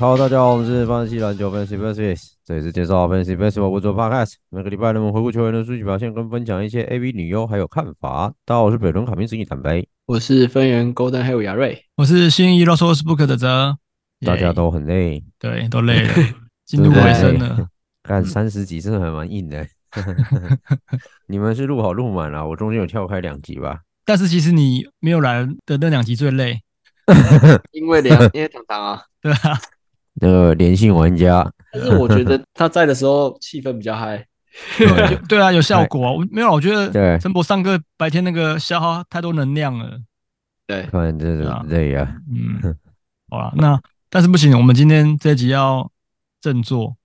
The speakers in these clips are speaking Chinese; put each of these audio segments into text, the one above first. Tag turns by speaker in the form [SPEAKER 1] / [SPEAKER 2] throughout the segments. [SPEAKER 1] 哈喽，大家好，我们是方西篮球分析分析，这里是介绍分析分析我不做 podcast。每个礼拜呢，我们回顾球员的数据表现，跟分享一些 A B 女优还有看法。大家好，我是北伦卡宾斯基坦白，
[SPEAKER 2] 我是分园 Golden Hill 亚瑞，
[SPEAKER 3] 我是新一 Los Book 的哲，
[SPEAKER 1] 大家
[SPEAKER 3] 耶
[SPEAKER 1] 都很累，
[SPEAKER 3] 对都累了，进入
[SPEAKER 1] 对
[SPEAKER 3] 尾声了，
[SPEAKER 1] 干三十集真的还蛮硬的。 你们是录好录满了、我中间有跳开两集吧？
[SPEAKER 3] 但是其实你没有来的那两集最累，
[SPEAKER 2] 因为梁， 因为糖糖啊，
[SPEAKER 3] 对啊，
[SPEAKER 1] 那个连性玩 家，
[SPEAKER 2] 但是我觉得他在的时候气氛比较嗨，
[SPEAKER 3] 有对啊，有效果啊。我没有，我觉得
[SPEAKER 1] 对
[SPEAKER 3] 陈博上个白天那个消耗太多能量了。
[SPEAKER 2] 对，
[SPEAKER 1] 看这
[SPEAKER 3] 对啊
[SPEAKER 1] 是累啊。
[SPEAKER 3] 嗯，好了，那但是不行，我们今天这集要振作，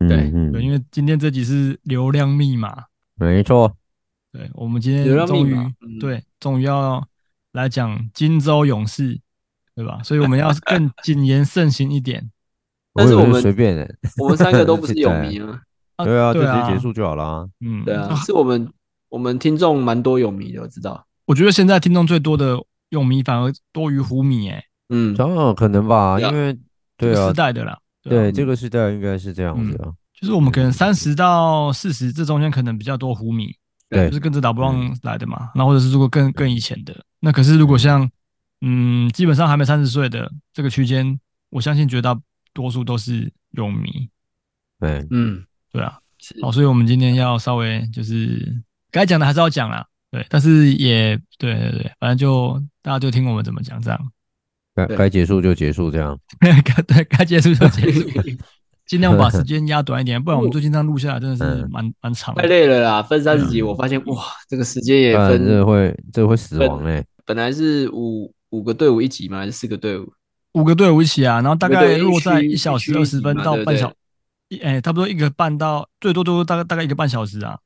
[SPEAKER 2] 对
[SPEAKER 1] 嗯
[SPEAKER 3] 对，因
[SPEAKER 1] 嗯，
[SPEAKER 3] 为今天这集是流量密码。
[SPEAKER 1] 没错，
[SPEAKER 3] 对，我们今天
[SPEAKER 2] 流量密
[SPEAKER 3] 终于
[SPEAKER 2] 码嗯
[SPEAKER 3] 对，终于要来讲金州勇士，对吧？所以我 们要更谨言慎行一点。
[SPEAKER 2] 但是
[SPEAKER 1] 以为
[SPEAKER 2] 我们
[SPEAKER 1] 随便的，
[SPEAKER 2] 我们三个都不是泳迷啊，
[SPEAKER 3] 啊
[SPEAKER 1] 对啊，就
[SPEAKER 3] 对
[SPEAKER 1] 直
[SPEAKER 3] 啊，
[SPEAKER 1] 接结。束就好啦。
[SPEAKER 3] 嗯，
[SPEAKER 2] 对啊，是我们我们听众蛮多泳迷的，我知道，
[SPEAKER 3] 我觉得现在听众最多的泳迷反而多于湖迷、欸，哎，
[SPEAKER 2] 嗯，
[SPEAKER 1] 哦，可能吧，
[SPEAKER 2] 对啊
[SPEAKER 1] 因为对啊
[SPEAKER 3] 时，代的啦。啊
[SPEAKER 1] 对
[SPEAKER 2] 嗯
[SPEAKER 1] 这个时代应该是这样子啊。
[SPEAKER 3] 就是我们可能三十到四十这中间可能比较多湖迷，
[SPEAKER 1] 对嗯
[SPEAKER 3] 就是跟着打不浪来的嘛。那或者是如果更更以前的，那可是如果像嗯，基本上还没三十岁的这个区间，我相信绝大多数都是泳迷，
[SPEAKER 1] 嗯，
[SPEAKER 2] 嗯，
[SPEAKER 3] 对啊。
[SPEAKER 2] 是
[SPEAKER 3] 好，所以我们今天要稍微就是该讲的还是要讲啦，对，但是也对对对，反正就大家就听我们怎么讲这样，
[SPEAKER 1] 该
[SPEAKER 2] 对
[SPEAKER 1] 该结束就结束这样。
[SPEAKER 3] 该对 该结束就结 束，尽量把时间压短一点，不然我们最近这样录下来真的是
[SPEAKER 1] 嗯
[SPEAKER 3] 蛮蛮长
[SPEAKER 2] 太
[SPEAKER 3] 的。
[SPEAKER 2] 累了啦，分三十集，我发现哇，这个时间也
[SPEAKER 1] 啊，这
[SPEAKER 2] 分，
[SPEAKER 1] 会这会死
[SPEAKER 2] 分
[SPEAKER 1] 亡哎、
[SPEAKER 2] 本来是五五个队伍一集嘛，还是四个队伍？
[SPEAKER 3] 五个队伍一起啊，然后大
[SPEAKER 2] 五个
[SPEAKER 3] 概
[SPEAKER 2] 队伍
[SPEAKER 3] 落在
[SPEAKER 2] 一区
[SPEAKER 3] 一小时
[SPEAKER 2] 一区
[SPEAKER 3] 二
[SPEAKER 2] 一
[SPEAKER 3] 十
[SPEAKER 2] 集
[SPEAKER 3] 分
[SPEAKER 2] 嘛
[SPEAKER 3] 到
[SPEAKER 2] 对不
[SPEAKER 3] 半
[SPEAKER 2] 对
[SPEAKER 3] 小，一哎、差不多一个半到最多都大概大概一个半小时啊，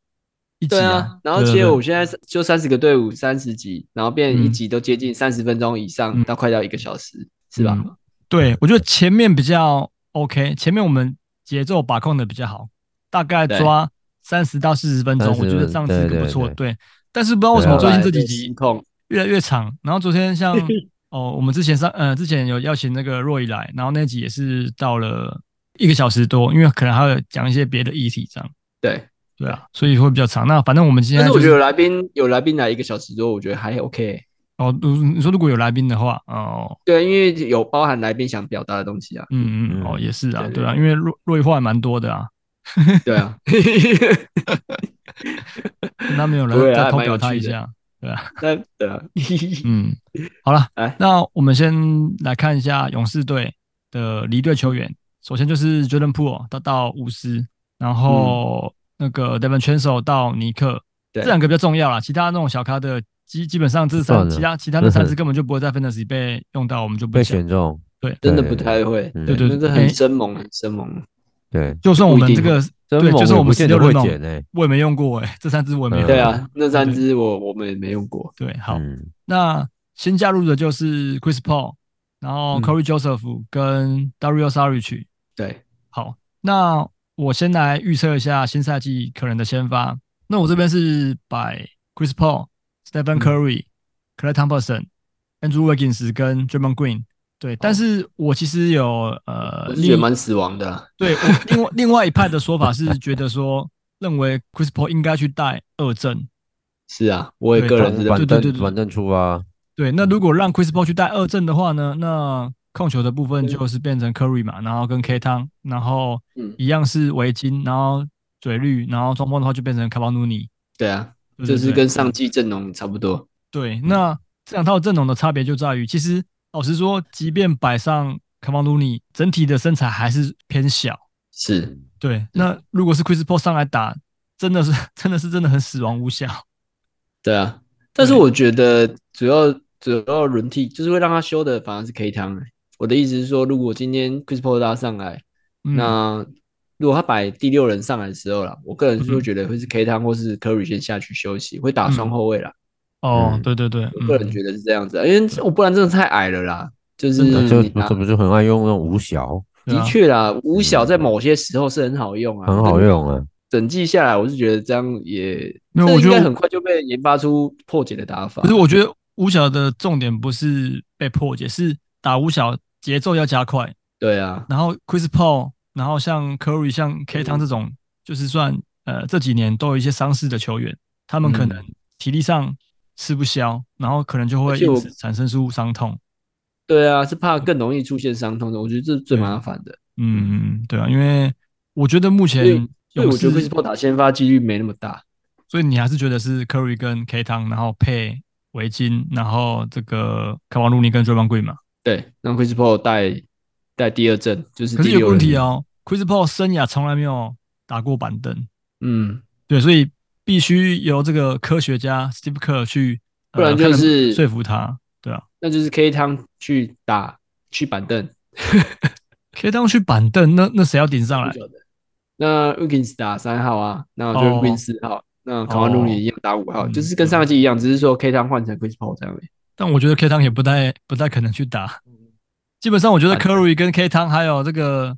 [SPEAKER 3] 一集
[SPEAKER 2] 对啊，然后
[SPEAKER 3] 对
[SPEAKER 2] 结
[SPEAKER 3] 对
[SPEAKER 2] 果我现在是就三十个队伍三十集，然后变一
[SPEAKER 3] 嗯
[SPEAKER 2] 集都接近三十分钟以上，
[SPEAKER 3] 嗯
[SPEAKER 2] 到快到一个小时，是吧？
[SPEAKER 3] 嗯对我觉得前面比较 OK，前面我们节奏把控的比较好，大概
[SPEAKER 2] 对
[SPEAKER 3] 抓三十到四十分钟，
[SPEAKER 1] 30
[SPEAKER 3] 我觉得这样子
[SPEAKER 1] 对
[SPEAKER 3] 一个不
[SPEAKER 1] 对
[SPEAKER 3] 错。
[SPEAKER 1] 对
[SPEAKER 3] 对，但是不知道为什么
[SPEAKER 1] 对
[SPEAKER 3] 最
[SPEAKER 1] 啊
[SPEAKER 3] 近这几
[SPEAKER 2] 失
[SPEAKER 3] 集
[SPEAKER 2] 控，
[SPEAKER 3] 越来越长。然后昨天 像哦，我们之前上呃之前有邀请那个若以来，然后那集也是到了一个小时多，因为可能还有讲一些别的议题这样。
[SPEAKER 2] 对。
[SPEAKER 3] 对啊，所以会比较长。那反正我们今
[SPEAKER 2] 但
[SPEAKER 3] 天、
[SPEAKER 2] 是
[SPEAKER 3] 就
[SPEAKER 2] 我觉得有来宾有来宾来一个小时之后，我觉得还 OK。
[SPEAKER 3] 哦，如你说如果有来宾的话，哦，
[SPEAKER 2] 对，啊因为有包含来宾想表达的东西啊。
[SPEAKER 3] 嗯嗯
[SPEAKER 1] 嗯
[SPEAKER 3] 哦，也是啊，
[SPEAKER 2] 对
[SPEAKER 3] 对啊，因为若若以话也蛮多的啊，
[SPEAKER 2] 对啊，
[SPEAKER 3] 那没有
[SPEAKER 2] 对
[SPEAKER 3] 人
[SPEAKER 2] 啊
[SPEAKER 3] 再偷
[SPEAKER 2] 蛮
[SPEAKER 3] 表
[SPEAKER 2] 有
[SPEAKER 3] 他
[SPEAKER 2] 趣
[SPEAKER 3] 一
[SPEAKER 2] 的
[SPEAKER 3] 下，对啊，
[SPEAKER 2] 那对啊，
[SPEAKER 3] 嗯，好了
[SPEAKER 2] 来，
[SPEAKER 3] 那我们先来看一下勇士队的离队球员，首先就是 Jordan Poole 到到巫师，然后那个 Devon c h a n c e l 到尼克，
[SPEAKER 2] 嗯对
[SPEAKER 3] 这两个比较重要啦，其他那种小咖的基基本上这
[SPEAKER 1] 算
[SPEAKER 3] 三
[SPEAKER 1] 了
[SPEAKER 3] 其他其他那三支根本就不会在 Fantasy 被用到，我们就不
[SPEAKER 1] 啊被
[SPEAKER 3] 会讲。
[SPEAKER 1] 选中，
[SPEAKER 2] 真的不太会。
[SPEAKER 1] 嗯
[SPEAKER 3] 对对嗯
[SPEAKER 2] 真的
[SPEAKER 3] 哎
[SPEAKER 2] 很生猛，很生猛。
[SPEAKER 1] 对，
[SPEAKER 3] 就算我们
[SPEAKER 2] 不一
[SPEAKER 3] 这
[SPEAKER 2] 定
[SPEAKER 3] 个
[SPEAKER 1] 真
[SPEAKER 3] 对，
[SPEAKER 1] 猛
[SPEAKER 3] 就是
[SPEAKER 1] 也
[SPEAKER 3] 我们
[SPEAKER 1] 不见
[SPEAKER 3] 十
[SPEAKER 1] 得
[SPEAKER 3] 六人
[SPEAKER 1] 会
[SPEAKER 3] 盟，
[SPEAKER 1] 剪哎、
[SPEAKER 3] 我也没用过哎、这三支我也没用。
[SPEAKER 1] 嗯
[SPEAKER 2] 对啊，那三支我我们也没用过。
[SPEAKER 3] 对，好，
[SPEAKER 1] 嗯，
[SPEAKER 3] 那新加入的就是 Chris Paul，然后
[SPEAKER 2] 嗯
[SPEAKER 3] Corey Joseph 跟 Dario Saric。
[SPEAKER 2] 对，
[SPEAKER 3] 好，那我先来预测一下新赛季可能的先发。那我这边是摆 Chris Paul、Stephen
[SPEAKER 2] 嗯
[SPEAKER 3] Curry、Clay Thompson、Andrew Wiggins 跟 Draymond Green。对，但是我其实有呃，
[SPEAKER 2] 我是觉得
[SPEAKER 3] 另
[SPEAKER 2] 蛮死亡的啊。
[SPEAKER 3] 对我另外另外一派的说法是觉得说，认为 Chris Paul 应该去带二阵。
[SPEAKER 2] 是啊，我也
[SPEAKER 3] 对
[SPEAKER 2] 个
[SPEAKER 3] 当
[SPEAKER 2] 人
[SPEAKER 3] 然
[SPEAKER 2] 是
[SPEAKER 3] 对对
[SPEAKER 2] 这样
[SPEAKER 1] 板
[SPEAKER 3] 对
[SPEAKER 1] 凳板凳出啊，
[SPEAKER 3] 对，
[SPEAKER 2] 嗯
[SPEAKER 3] 那如果让 Chris Paul 去带二阵的话呢，那控球的部分就是变成 Curry 嘛，然后跟 K 汤，然后
[SPEAKER 2] 嗯
[SPEAKER 3] 一样是围巾，然后嘴绿，然后中锋的话就变成 c a v a n u n i
[SPEAKER 2] 对啊，
[SPEAKER 3] 对
[SPEAKER 2] 就是嗯
[SPEAKER 3] 对
[SPEAKER 2] 跟上季阵容差不多。
[SPEAKER 3] 对，那这两套阵容的差别就在于，其实老实说，即便摆上卡邦鲁尼，整体的身材还是偏小。
[SPEAKER 2] 是
[SPEAKER 3] 对，那如果是 Chris Paul 上来打，真的是真的是真的很死亡无效。
[SPEAKER 2] 对啊。但是
[SPEAKER 3] 对
[SPEAKER 2] 我觉得主要主要轮替就是会让他修的反而是 K 汤、欸。我的意思是说，如果今天 Chris Paul 搭上来，
[SPEAKER 3] 嗯、
[SPEAKER 2] 那如果他摆第六人上来的时候啦，我个人是
[SPEAKER 3] 嗯
[SPEAKER 2] 会觉得会是 K 汤或是 Curry 先下去休息，会打双
[SPEAKER 3] 嗯
[SPEAKER 2] 后卫啦。
[SPEAKER 3] 哦
[SPEAKER 1] 嗯，
[SPEAKER 3] 对对对，
[SPEAKER 2] 我个人
[SPEAKER 3] 嗯
[SPEAKER 2] 觉得是这样子啊，因为我不然真的太矮了啦。就
[SPEAKER 3] 真
[SPEAKER 2] 是
[SPEAKER 3] 的
[SPEAKER 1] 那就
[SPEAKER 2] 你拿
[SPEAKER 1] 这不是很爱用那种五小，
[SPEAKER 3] 对啊嗯
[SPEAKER 2] 的确啦，五小在某些时候是很好用啊，
[SPEAKER 1] 很好用啊。
[SPEAKER 2] 整季下来，我是觉得这样也，
[SPEAKER 3] 没有
[SPEAKER 2] 这
[SPEAKER 3] 我觉得
[SPEAKER 2] 应该
[SPEAKER 3] 我
[SPEAKER 2] 很快就被研发出破解的打法。
[SPEAKER 3] 可是我觉得五小的重点不是被破解，是打五小节奏要加快，
[SPEAKER 2] 对啊，
[SPEAKER 3] 然后 Chris Paul，然后像 Curry、像 K
[SPEAKER 2] 嗯
[SPEAKER 3] 汤这种，就是算呃这几年都有一些伤势的球员，他们
[SPEAKER 2] 嗯
[SPEAKER 3] 可能体力上吃不消，然后可能就会
[SPEAKER 2] 而且
[SPEAKER 3] 因
[SPEAKER 2] 我
[SPEAKER 3] 此产生出伤痛。
[SPEAKER 2] 对啊，是怕更容易出现伤痛的，我觉得这是最麻烦的。
[SPEAKER 3] 嗯，对啊，因为我觉得目前
[SPEAKER 2] 所以，所以
[SPEAKER 3] 勇
[SPEAKER 2] 我
[SPEAKER 3] 士
[SPEAKER 2] 觉得 Chris Paul 打先发几率没那么大。
[SPEAKER 3] 所以你还是觉得是 Curry 跟 K 汤，然后配围巾，然后这个卡瓦路尼跟 d r a y m o n Green 嘛。
[SPEAKER 2] 对，让 Chris Paul 带带第二阵，就是
[SPEAKER 3] 可是
[SPEAKER 2] 第
[SPEAKER 3] 有个
[SPEAKER 2] 六
[SPEAKER 3] 问题
[SPEAKER 2] 人。
[SPEAKER 3] 哦，Chris Paul 生涯从来没有打过板凳，
[SPEAKER 2] 嗯，
[SPEAKER 3] 对，所以必须由这个科学家 Steve Kerr 去，呃
[SPEAKER 2] 不然就
[SPEAKER 3] 看能
[SPEAKER 2] 是
[SPEAKER 3] 说服他。对啊
[SPEAKER 2] 那就是 K 汤去打去板凳，
[SPEAKER 3] ，K 汤去板凳，那那谁要顶上
[SPEAKER 2] 不
[SPEAKER 3] 来？
[SPEAKER 2] 晓得那 Wiggins 打三号啊，那就
[SPEAKER 3] 哦
[SPEAKER 2] Wiggins 四号，那卡瓦努里一样打五号，
[SPEAKER 3] 嗯
[SPEAKER 2] 就是跟上一季一样，只是说 K 汤换成 Chris Paul 这样而已。
[SPEAKER 3] 但我觉得 K 汤也不太不太可能去打。 基本上，我觉得
[SPEAKER 2] 嗯板凳
[SPEAKER 3] Curry 跟 K 汤还有这个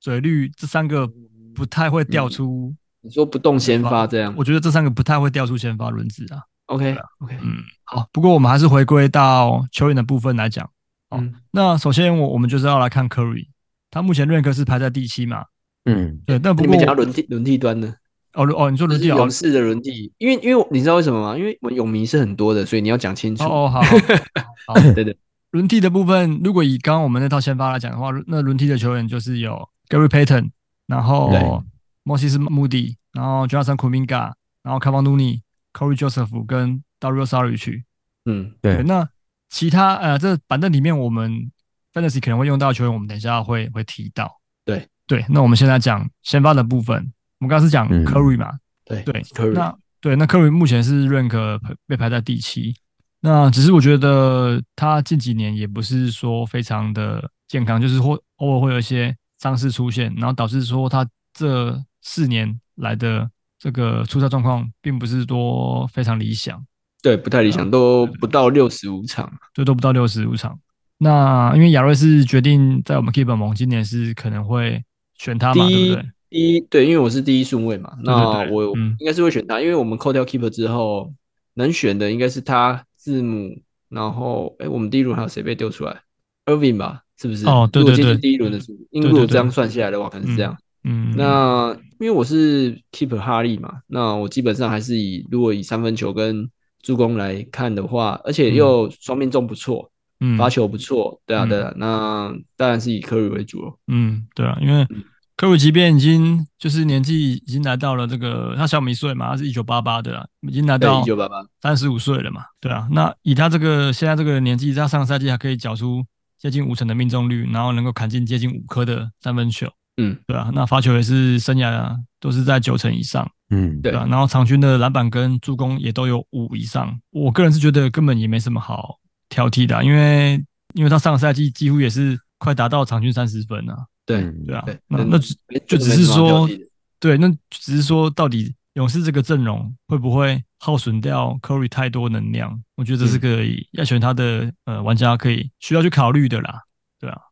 [SPEAKER 3] 嘴绿这三个
[SPEAKER 2] 嗯
[SPEAKER 3] 不太会调出
[SPEAKER 2] 你说不动先发这样
[SPEAKER 3] 我觉得这三个不太会调出先发轮子啊。
[SPEAKER 2] ？OK OK，
[SPEAKER 3] 嗯，好，不过我们还是回归到球员的部分来讲。好
[SPEAKER 2] 嗯，
[SPEAKER 3] 那首先我我们就是要来看 Curry，他目前认可是排在第七嘛，
[SPEAKER 1] 嗯，
[SPEAKER 3] 对，但不
[SPEAKER 2] 你
[SPEAKER 3] 过
[SPEAKER 2] 们讲到轮替轮替端呢，
[SPEAKER 3] 哦哦，你说
[SPEAKER 2] 就
[SPEAKER 3] 轮
[SPEAKER 2] 是
[SPEAKER 3] 替哦
[SPEAKER 2] 勇士的轮替，因为因为你知道为什么吗？因为我泳迷是很多的，所以你要讲清楚。
[SPEAKER 3] 哦哦好， 好
[SPEAKER 2] 对对，
[SPEAKER 3] 轮替的部分，如果以刚刚我们那套先发来讲的话，那轮替的球员就是有 Gary Payton，然
[SPEAKER 1] 对
[SPEAKER 3] 后莫西斯穆迪，然后 Jonathan Kuminga，然后 k a v a n u n i Corey Joseph 跟 Dario Saric 去。
[SPEAKER 2] 嗯，
[SPEAKER 3] 对，
[SPEAKER 1] 对，
[SPEAKER 3] 那其他呃，这板凳里面我们 fantasy 可能会用到的球员，我们等一下会会提到。
[SPEAKER 2] 对
[SPEAKER 3] 对，那我们现在讲先发的部分，我们刚刚是讲
[SPEAKER 1] 嗯
[SPEAKER 3] Curry 嘛，
[SPEAKER 2] 对
[SPEAKER 3] 对，
[SPEAKER 2] Curry
[SPEAKER 3] 那对那 Curry 目前是认可排被排在第七，那只是我觉得他近几年也不是说非常的健康，就是或偶尔会有一些伤势出现，然后导致说他这四年来的这个出赛状况并不是多非常理想。
[SPEAKER 2] 对不太理
[SPEAKER 3] 嗯
[SPEAKER 2] 想，都不到六十五场。
[SPEAKER 3] 最多不到六十五场。那因为亚瑞是决定在我们 Keep 盟今年是可能会选他嘛，
[SPEAKER 2] 第
[SPEAKER 3] 啊对
[SPEAKER 2] 一
[SPEAKER 3] 不对？
[SPEAKER 2] 第一对，因为我是第一顺位嘛，那
[SPEAKER 3] 对对
[SPEAKER 2] 我
[SPEAKER 3] 嗯
[SPEAKER 2] 应该是会选他，因为我们扣掉 keeper 之后，能选的应该是他字母，然后哎，我们第一轮还有谁被丢出来？Irving 吧，是不是？
[SPEAKER 3] 哦对
[SPEAKER 2] 如
[SPEAKER 3] 对
[SPEAKER 2] 果今天
[SPEAKER 3] 对
[SPEAKER 2] 是第一轮的时候，因为
[SPEAKER 3] 对
[SPEAKER 2] 如果
[SPEAKER 3] 对对
[SPEAKER 2] 这样算下来的话，可能是这样。
[SPEAKER 3] 嗯，
[SPEAKER 2] 那因为我是 keeper 哈利嘛，那我基本上还是以如果以三分球跟助攻来看的话，而且又双命中不错，
[SPEAKER 3] 嗯
[SPEAKER 2] 罚球不错，对啊
[SPEAKER 3] 嗯
[SPEAKER 2] 对啊，那当然是以科瑞为主咯。
[SPEAKER 3] 嗯，对啊，因为科瑞即便已经就是年纪已经来到了这个他小我们一岁嘛，他是一九八八的啦，已经来
[SPEAKER 2] 对，
[SPEAKER 3] 到
[SPEAKER 2] 一九八八，
[SPEAKER 3] 三十五岁了嘛，对啊。那以他这个现在这个年纪，他上个赛季还可以缴出接近五成的命中率，然后能够砍进接近五颗的三分球，
[SPEAKER 2] 嗯，
[SPEAKER 3] 对啊。那罚球也是生涯啊都是在九成以上。
[SPEAKER 1] 嗯，
[SPEAKER 2] 对
[SPEAKER 3] 对啊，然后场均的篮板跟助攻也都有五以上，我个人是觉得根本也没什么好挑剔的啊、因为因为他上个赛季几乎也是快达到场均三十分啊，
[SPEAKER 2] 对。
[SPEAKER 1] 嗯
[SPEAKER 3] 对啊，
[SPEAKER 2] 对
[SPEAKER 3] 那
[SPEAKER 2] 真的
[SPEAKER 3] 那只
[SPEAKER 2] 没
[SPEAKER 3] 就
[SPEAKER 2] 这个
[SPEAKER 3] 只
[SPEAKER 2] 没
[SPEAKER 3] 是
[SPEAKER 2] 什么好
[SPEAKER 3] 说
[SPEAKER 2] 挑剔的
[SPEAKER 3] 对，那只是说到底勇士这个阵容会不会耗损掉 Curry 太多能量？我觉得这是
[SPEAKER 2] 嗯
[SPEAKER 3] 个要选他的呃玩家可以需要去考虑的啦，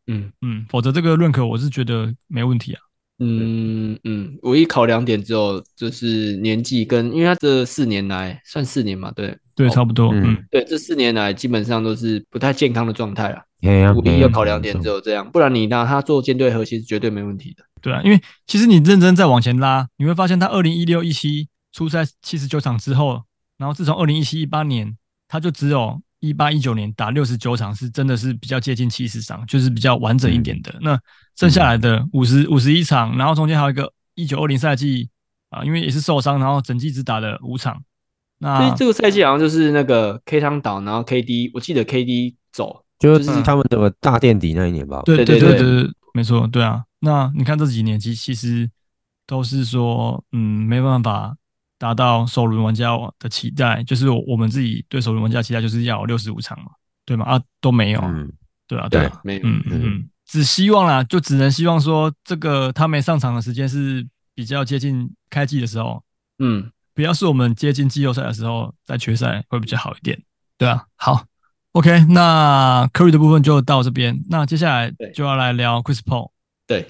[SPEAKER 2] 嗯
[SPEAKER 3] 嗯，否则这个认可我是觉得没问题啊，
[SPEAKER 2] 嗯嗯，唯一考量点只有就是年纪跟，因为他这四年来算四年嘛，对
[SPEAKER 3] 对，
[SPEAKER 2] 哦
[SPEAKER 3] 差不多，
[SPEAKER 1] 嗯
[SPEAKER 3] 嗯
[SPEAKER 2] 对，这四年来基本上都是不太健康的状态啦。
[SPEAKER 1] 嘿啊
[SPEAKER 2] 唯一
[SPEAKER 1] 嘿
[SPEAKER 2] 要
[SPEAKER 1] 啊
[SPEAKER 2] 考量点只有这样，不然你拿他做舰队核心是绝对没问题的。
[SPEAKER 3] 对啊，因为其实你认真再往前拉，你会发现他二零一六一七出赛七十九场之后，然后自从二零一七一八年，他就只有一八一九年打六十九场，是真的是比较接近七十场，就是比较完整一点的。
[SPEAKER 2] 嗯
[SPEAKER 3] 那剩下来的五十五十一场，然后中间还有一个一九二零赛季啊、因为也是受伤，然后整季只打了五场，
[SPEAKER 2] 所以
[SPEAKER 3] 那
[SPEAKER 2] 这个赛季好像就是那个 K 汤岛，然后 KD，我记得 KD 走，
[SPEAKER 1] 就是他们整个大垫底那一年吧。
[SPEAKER 3] 对
[SPEAKER 2] 对
[SPEAKER 3] 对
[SPEAKER 2] 对
[SPEAKER 3] 对，没错，对啊。那你看这几年其其实都是说，嗯，没办法达到首轮玩家的期待，就是我我们自己对首轮玩家的期待就是要六十五场嘛，对吗？啊，都没有，
[SPEAKER 2] 哦
[SPEAKER 1] 嗯，
[SPEAKER 3] 对啊，
[SPEAKER 1] 对
[SPEAKER 3] 啊，
[SPEAKER 2] 没有，
[SPEAKER 3] 嗯嗯，嗯，只希望啦，就只能希望说，这个他没上场的时间是比较接近开季的时候，
[SPEAKER 2] 嗯，
[SPEAKER 3] 不要是我们接近季后赛的时候再决赛会比较好一点。对啊，好，OK，那 Curry 的部分就到这边，那接下来
[SPEAKER 2] 对
[SPEAKER 3] 就要来聊 Chris Paul。
[SPEAKER 2] 对，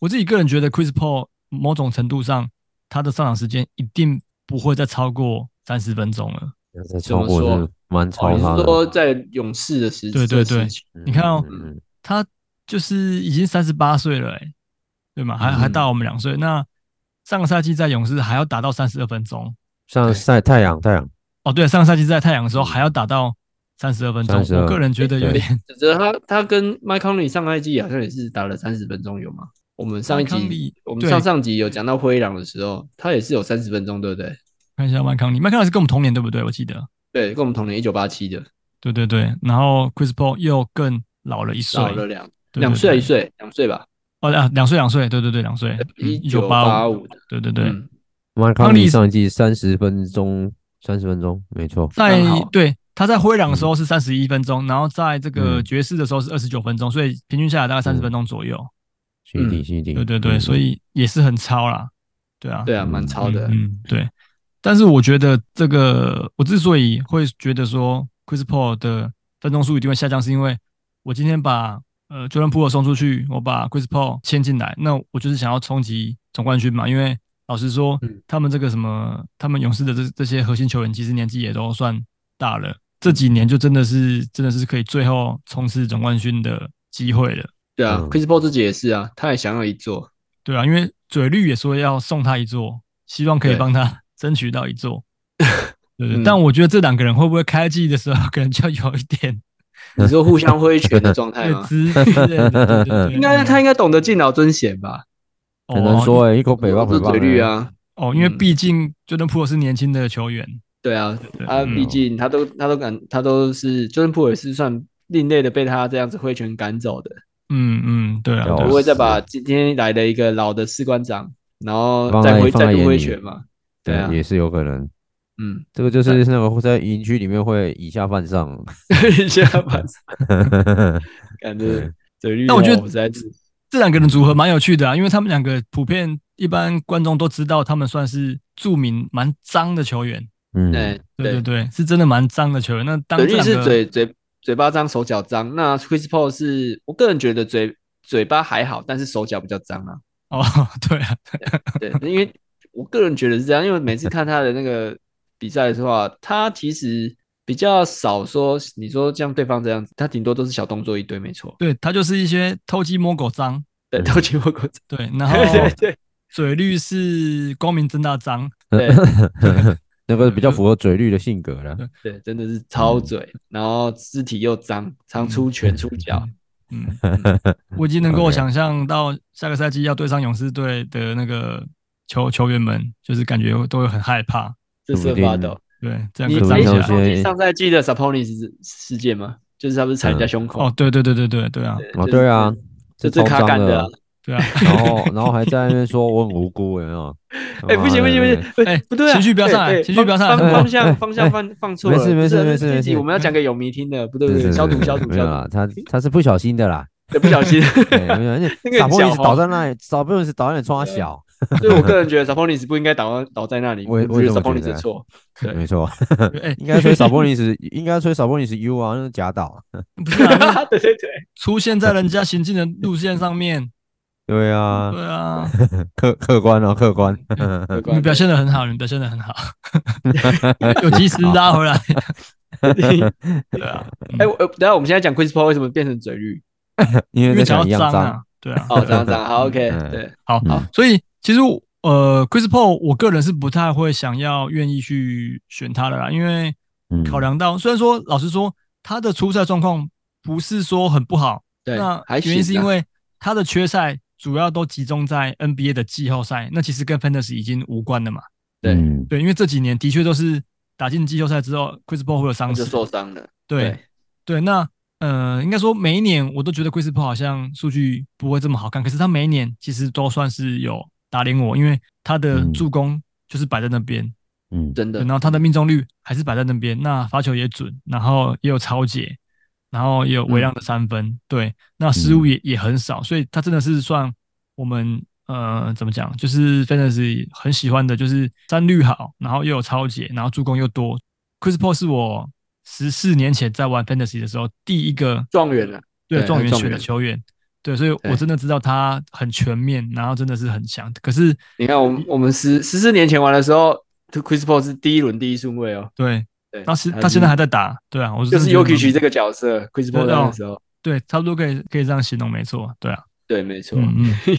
[SPEAKER 3] 我自己个人觉得 Chris Paul 某种程度上他的上场时间一定不会再超过三十分钟了。
[SPEAKER 1] 要再
[SPEAKER 2] 怎
[SPEAKER 1] 超
[SPEAKER 2] 么
[SPEAKER 1] 过
[SPEAKER 2] 说
[SPEAKER 1] 是蛮
[SPEAKER 2] 哦，
[SPEAKER 1] 超
[SPEAKER 2] 你
[SPEAKER 1] 他
[SPEAKER 2] 是
[SPEAKER 1] 的。
[SPEAKER 2] 说在勇士的时
[SPEAKER 3] 对对对
[SPEAKER 1] 嗯
[SPEAKER 3] 你看哦
[SPEAKER 1] 嗯嗯
[SPEAKER 3] 他就是已经三十八岁了、欸，对吗？还还
[SPEAKER 2] 嗯
[SPEAKER 3] 大我们两岁。那上个赛季在勇士还要打到三十二分钟，
[SPEAKER 1] 像
[SPEAKER 2] 对
[SPEAKER 1] 晒太阳，太阳
[SPEAKER 3] 哦，对，上个赛季在太阳的时候
[SPEAKER 1] 嗯
[SPEAKER 3] 还要打到三十二分钟，
[SPEAKER 1] 32
[SPEAKER 3] 我个人觉得有
[SPEAKER 1] 对
[SPEAKER 3] 点
[SPEAKER 2] 只是他他跟麦康利上一季好像也是打了三十分钟有吗？我们上一
[SPEAKER 3] McConley，
[SPEAKER 2] 集，我们
[SPEAKER 3] 对
[SPEAKER 2] 上上集有讲到灰狼的时候，他也是有三十分钟，对不对？
[SPEAKER 3] 看一下麦康利，麦康利是跟我们同年对不对？我记得，
[SPEAKER 2] 对，跟我们同年一九八七的，
[SPEAKER 3] 对对对。然后 Chris Paul 又更老了一岁，
[SPEAKER 2] 少了两
[SPEAKER 3] 对
[SPEAKER 2] 两岁
[SPEAKER 3] 对
[SPEAKER 2] 一岁，两岁吧，
[SPEAKER 3] 哦，两两岁两岁，对对对，两岁，嗯
[SPEAKER 2] 一
[SPEAKER 3] 九
[SPEAKER 2] 九八
[SPEAKER 3] 五，
[SPEAKER 2] 五的，
[SPEAKER 3] 对对对。
[SPEAKER 2] 嗯
[SPEAKER 1] 麦康
[SPEAKER 3] 康利
[SPEAKER 1] 利上一季三十分钟，三十分钟，没错。
[SPEAKER 3] 在
[SPEAKER 2] 刚好嗯
[SPEAKER 3] 对他在灰狼的时候是三十一分钟，然后在这个
[SPEAKER 1] 嗯
[SPEAKER 3] 爵士的时候是二十九分钟，所以平均下来大概三十分钟左右。
[SPEAKER 1] 是一定，
[SPEAKER 2] 嗯
[SPEAKER 1] 是一定。
[SPEAKER 3] 对对对，
[SPEAKER 1] 嗯
[SPEAKER 3] 所以也是很超啦，对啊，
[SPEAKER 2] 对啊，
[SPEAKER 1] 嗯
[SPEAKER 2] 蛮超的，
[SPEAKER 3] 嗯，嗯对。但是我觉得这个，我之所以会觉得说 Chris Paul 的分钟数一定会下降，是因为我今天把呃 Jordan p o o 送出去，我把 Chris Paul 签进来，那我就是想要冲击总冠军嘛。因为老实说，
[SPEAKER 2] 嗯
[SPEAKER 3] 他们这个什么，他们勇士的这这些核心球员，其实年纪也都算大了，这几年就真的是真的是可以最后冲刺总冠军的机会了。
[SPEAKER 2] 对啊
[SPEAKER 1] 嗯
[SPEAKER 2] ，Chris Paul 自己也是啊，他也想要一座，
[SPEAKER 3] 对啊，因为嘴绿也说要送他一座，希望可以
[SPEAKER 2] 对
[SPEAKER 3] 帮他 争取到一 座。对对，
[SPEAKER 2] 嗯
[SPEAKER 3] 但我觉得这两个人会不会开季的时候， 可能就有一点
[SPEAKER 2] 你说互相挥拳的状态
[SPEAKER 3] 认
[SPEAKER 2] 吗？
[SPEAKER 3] 知之类的。对对对
[SPEAKER 2] 应该他应该懂得敬老尊贤吧？
[SPEAKER 3] 哦
[SPEAKER 1] 很难说哎，一口北方
[SPEAKER 2] 是
[SPEAKER 1] 北方
[SPEAKER 2] 嘴绿。啊，
[SPEAKER 3] 哦，因为
[SPEAKER 2] 嗯
[SPEAKER 3] 毕竟 Jordan p o o 是年轻的球员，
[SPEAKER 2] 对啊，
[SPEAKER 3] 对
[SPEAKER 2] 他
[SPEAKER 3] 嗯
[SPEAKER 2] 毕竟他都他都敢他都是 Jordan p o o 也是算另类的被他这样子挥拳赶走的，
[SPEAKER 3] 嗯嗯，对啊，
[SPEAKER 1] 有
[SPEAKER 3] 对啊
[SPEAKER 2] 不会再把
[SPEAKER 1] 哦是
[SPEAKER 2] 今天来的一个老的士官长，然后
[SPEAKER 1] 放在
[SPEAKER 2] 再挥
[SPEAKER 1] 放在
[SPEAKER 2] 再度
[SPEAKER 1] 眼
[SPEAKER 2] 挥
[SPEAKER 1] 里
[SPEAKER 2] 拳嘛？对
[SPEAKER 1] 对
[SPEAKER 2] 啊，
[SPEAKER 1] 也是有可能。
[SPEAKER 2] 嗯，
[SPEAKER 1] 这个就是那个在营区里面会以下犯 上。
[SPEAKER 2] 现在把感觉嘴绿，哦
[SPEAKER 3] 但我觉得
[SPEAKER 2] 实在是
[SPEAKER 3] 这两个人组合蛮有趣的啊，因为他们两个普遍一般观众都知道，他们算是著名蛮脏的球员。
[SPEAKER 2] 哎
[SPEAKER 1] 嗯，
[SPEAKER 3] 对
[SPEAKER 2] 对
[SPEAKER 3] 对对，是真的蛮脏的球员。那当
[SPEAKER 2] 嘴
[SPEAKER 3] 这
[SPEAKER 2] 绿
[SPEAKER 3] 两
[SPEAKER 2] 是
[SPEAKER 3] 个
[SPEAKER 2] 嘴嘴嘴巴脏，手脚脏。那 Chris Paul 是我个人觉得嘴嘴巴还好，但是手脚比较脏啊。
[SPEAKER 3] 哦， 对啊，
[SPEAKER 2] 对，因为我个人觉得是这样，因为每次看他的那个比赛的话，他其实比较少说，你说像对方这样子，他顶多都是小动作一堆，没错。
[SPEAKER 3] 对他就是一些偷鸡摸狗脏，
[SPEAKER 2] 对，
[SPEAKER 1] 嗯
[SPEAKER 2] 都经过过。
[SPEAKER 3] 对，然后
[SPEAKER 2] 对对 对
[SPEAKER 3] 嘴绿是光明正大脏，
[SPEAKER 2] 对
[SPEAKER 1] 那个比较符合嘴绿的性格了。
[SPEAKER 2] 对，真的是超
[SPEAKER 3] 嗯
[SPEAKER 2] 嘴，然后肢体又脏，常出拳出脚。
[SPEAKER 3] 嗯，嗯我已经能够
[SPEAKER 1] OK
[SPEAKER 3] 想象到下个赛季要对上勇士队的那个球球员们，就是感觉都会很害怕。
[SPEAKER 2] 这是发抖。
[SPEAKER 3] 对，这样
[SPEAKER 2] 你
[SPEAKER 3] 个
[SPEAKER 1] 说
[SPEAKER 3] 站
[SPEAKER 1] 不
[SPEAKER 2] 没
[SPEAKER 1] 定
[SPEAKER 3] 起
[SPEAKER 2] 想
[SPEAKER 1] 有
[SPEAKER 3] 来
[SPEAKER 1] 些，
[SPEAKER 2] 到上赛季的 Saponis 事件吗？就是他不是踩人家胸口
[SPEAKER 3] 哦，？对对对对对对啊，
[SPEAKER 2] 对
[SPEAKER 1] 哦，对啊，，
[SPEAKER 2] 这
[SPEAKER 1] 这超
[SPEAKER 2] 这卡
[SPEAKER 1] 脏
[SPEAKER 2] 干的
[SPEAKER 1] 的
[SPEAKER 2] 啊。。
[SPEAKER 3] 对啊，
[SPEAKER 1] 然后，然后还在那边说我很无辜，有没有？
[SPEAKER 2] 哎，
[SPEAKER 1] 哦
[SPEAKER 2] 不行不行不行，不
[SPEAKER 3] 哎
[SPEAKER 2] 不对啊，
[SPEAKER 3] 情绪不要上来
[SPEAKER 2] 对对
[SPEAKER 3] 情绪不要上来
[SPEAKER 2] 方
[SPEAKER 1] 哎
[SPEAKER 2] 方向
[SPEAKER 1] 哎
[SPEAKER 2] 方向放放错了，
[SPEAKER 1] 没事没事
[SPEAKER 2] 不是
[SPEAKER 1] 没事
[SPEAKER 2] 这一集
[SPEAKER 1] 没事
[SPEAKER 2] 我们要讲给有迷 听的，不对
[SPEAKER 1] 对
[SPEAKER 2] 不
[SPEAKER 1] 对
[SPEAKER 2] 对，
[SPEAKER 1] 对
[SPEAKER 2] 消毒
[SPEAKER 1] 对
[SPEAKER 2] 消毒
[SPEAKER 1] 没有啊
[SPEAKER 2] 消
[SPEAKER 1] 啦
[SPEAKER 2] 毒，，
[SPEAKER 1] 他他是不小心的 啦，
[SPEAKER 2] 对不小心。
[SPEAKER 1] 对，没有，那
[SPEAKER 2] 那个
[SPEAKER 1] 傻波
[SPEAKER 2] 小哦
[SPEAKER 1] 一直
[SPEAKER 2] 黄
[SPEAKER 1] 倒在那里，傻波一直倒在那里冲他小，
[SPEAKER 2] 所以我个人觉得 Saponis 不应该倒倒在那里，
[SPEAKER 1] 我也
[SPEAKER 2] 我
[SPEAKER 1] 我也
[SPEAKER 2] 觉
[SPEAKER 1] 这
[SPEAKER 2] 得
[SPEAKER 1] 么觉
[SPEAKER 2] Saponis
[SPEAKER 1] 得啊
[SPEAKER 2] 的错。 对
[SPEAKER 1] 没错，
[SPEAKER 3] 哎，
[SPEAKER 1] 应该 吹傻波尼斯，应该吹傻波尼斯 U 啊，那是假倒，
[SPEAKER 3] 不是啊，那
[SPEAKER 2] 对对对，
[SPEAKER 3] 出现在人家行进的路线上面，
[SPEAKER 1] 对啊，
[SPEAKER 3] 对 嗯啊，
[SPEAKER 1] 客客观哦，客观，
[SPEAKER 2] 没
[SPEAKER 3] 你们
[SPEAKER 2] 关系
[SPEAKER 3] 表现的很好，你们表现的很好，有及时拉回来，对啊，嗯
[SPEAKER 2] 哎，我呃，等一下我们现在讲 Chris Paul 为什么变成嘴绿？
[SPEAKER 3] 因
[SPEAKER 1] 因
[SPEAKER 3] 为
[SPEAKER 1] 为在
[SPEAKER 3] 讲
[SPEAKER 1] 讲一样
[SPEAKER 3] 到脏
[SPEAKER 1] 脏，
[SPEAKER 3] 啊，对啊，
[SPEAKER 2] 哦，这样 这样，好 OK，
[SPEAKER 1] 嗯
[SPEAKER 2] 对，
[SPEAKER 3] 好，
[SPEAKER 1] 嗯
[SPEAKER 3] 所以其实我呃，Chris Paul，我个人是不太会想要愿意去选他的啦，因为
[SPEAKER 1] 嗯
[SPEAKER 3] 考量到虽然说老实说他的出赛状况不是说很不好，
[SPEAKER 2] 对，
[SPEAKER 3] 那
[SPEAKER 2] 还
[SPEAKER 3] 原因是
[SPEAKER 2] 行啊
[SPEAKER 3] 因为他的缺赛主要都集中在 NBA 的季后赛，那其实跟 Fantasy 已经无关了嘛。
[SPEAKER 2] 对
[SPEAKER 1] 嗯
[SPEAKER 3] 对，因为这几年的确都是打进季后赛之后，Chris Paul 会有伤
[SPEAKER 2] 就
[SPEAKER 3] 势，
[SPEAKER 2] 受伤了。
[SPEAKER 3] 对对，那呃，应该说每一年我都觉得 Chris Paul 好像数据不会这么好看，可是他每一年其实都算是有打脸我，因为他的
[SPEAKER 1] 嗯
[SPEAKER 3] 助攻就是摆在那边，
[SPEAKER 1] 嗯，
[SPEAKER 2] 真的
[SPEAKER 3] 对，然后他的命中率还是摆在那边，那罚球也准，然后也有超解，然后也有微量的三分，
[SPEAKER 2] 嗯
[SPEAKER 3] 对，那失误也、也很少，所以他真的是算我们呃怎么讲，就是 fantasy 很喜欢的，就是战率好，然后又有超解，然后助攻又多。Chris Paul 是我十四年前在玩 fantasy 的时候第一个
[SPEAKER 2] 状元啊，
[SPEAKER 3] 对
[SPEAKER 2] 对
[SPEAKER 3] 状元
[SPEAKER 2] 状
[SPEAKER 3] 选的
[SPEAKER 2] 元
[SPEAKER 3] 球员，对，所以我
[SPEAKER 2] 对
[SPEAKER 3] 真的知道他很全面，然后真的是很强，可是
[SPEAKER 2] 你看我们我们十十四年前玩的时候，Chris Paul 是第一轮第一顺位哦。
[SPEAKER 3] 对，
[SPEAKER 2] 对，
[SPEAKER 3] 他是
[SPEAKER 2] 还
[SPEAKER 3] 他现在还在打，对啊，我
[SPEAKER 2] 就是 y o k i 这
[SPEAKER 3] 个。
[SPEAKER 2] 个角色，Chris
[SPEAKER 3] 对
[SPEAKER 2] Paul
[SPEAKER 3] 对
[SPEAKER 2] 那
[SPEAKER 3] 哦
[SPEAKER 2] 个时候，
[SPEAKER 3] 对，差不多可以可以这样形容，没错，对啊，
[SPEAKER 2] 对，没错，
[SPEAKER 3] 嗯嗯，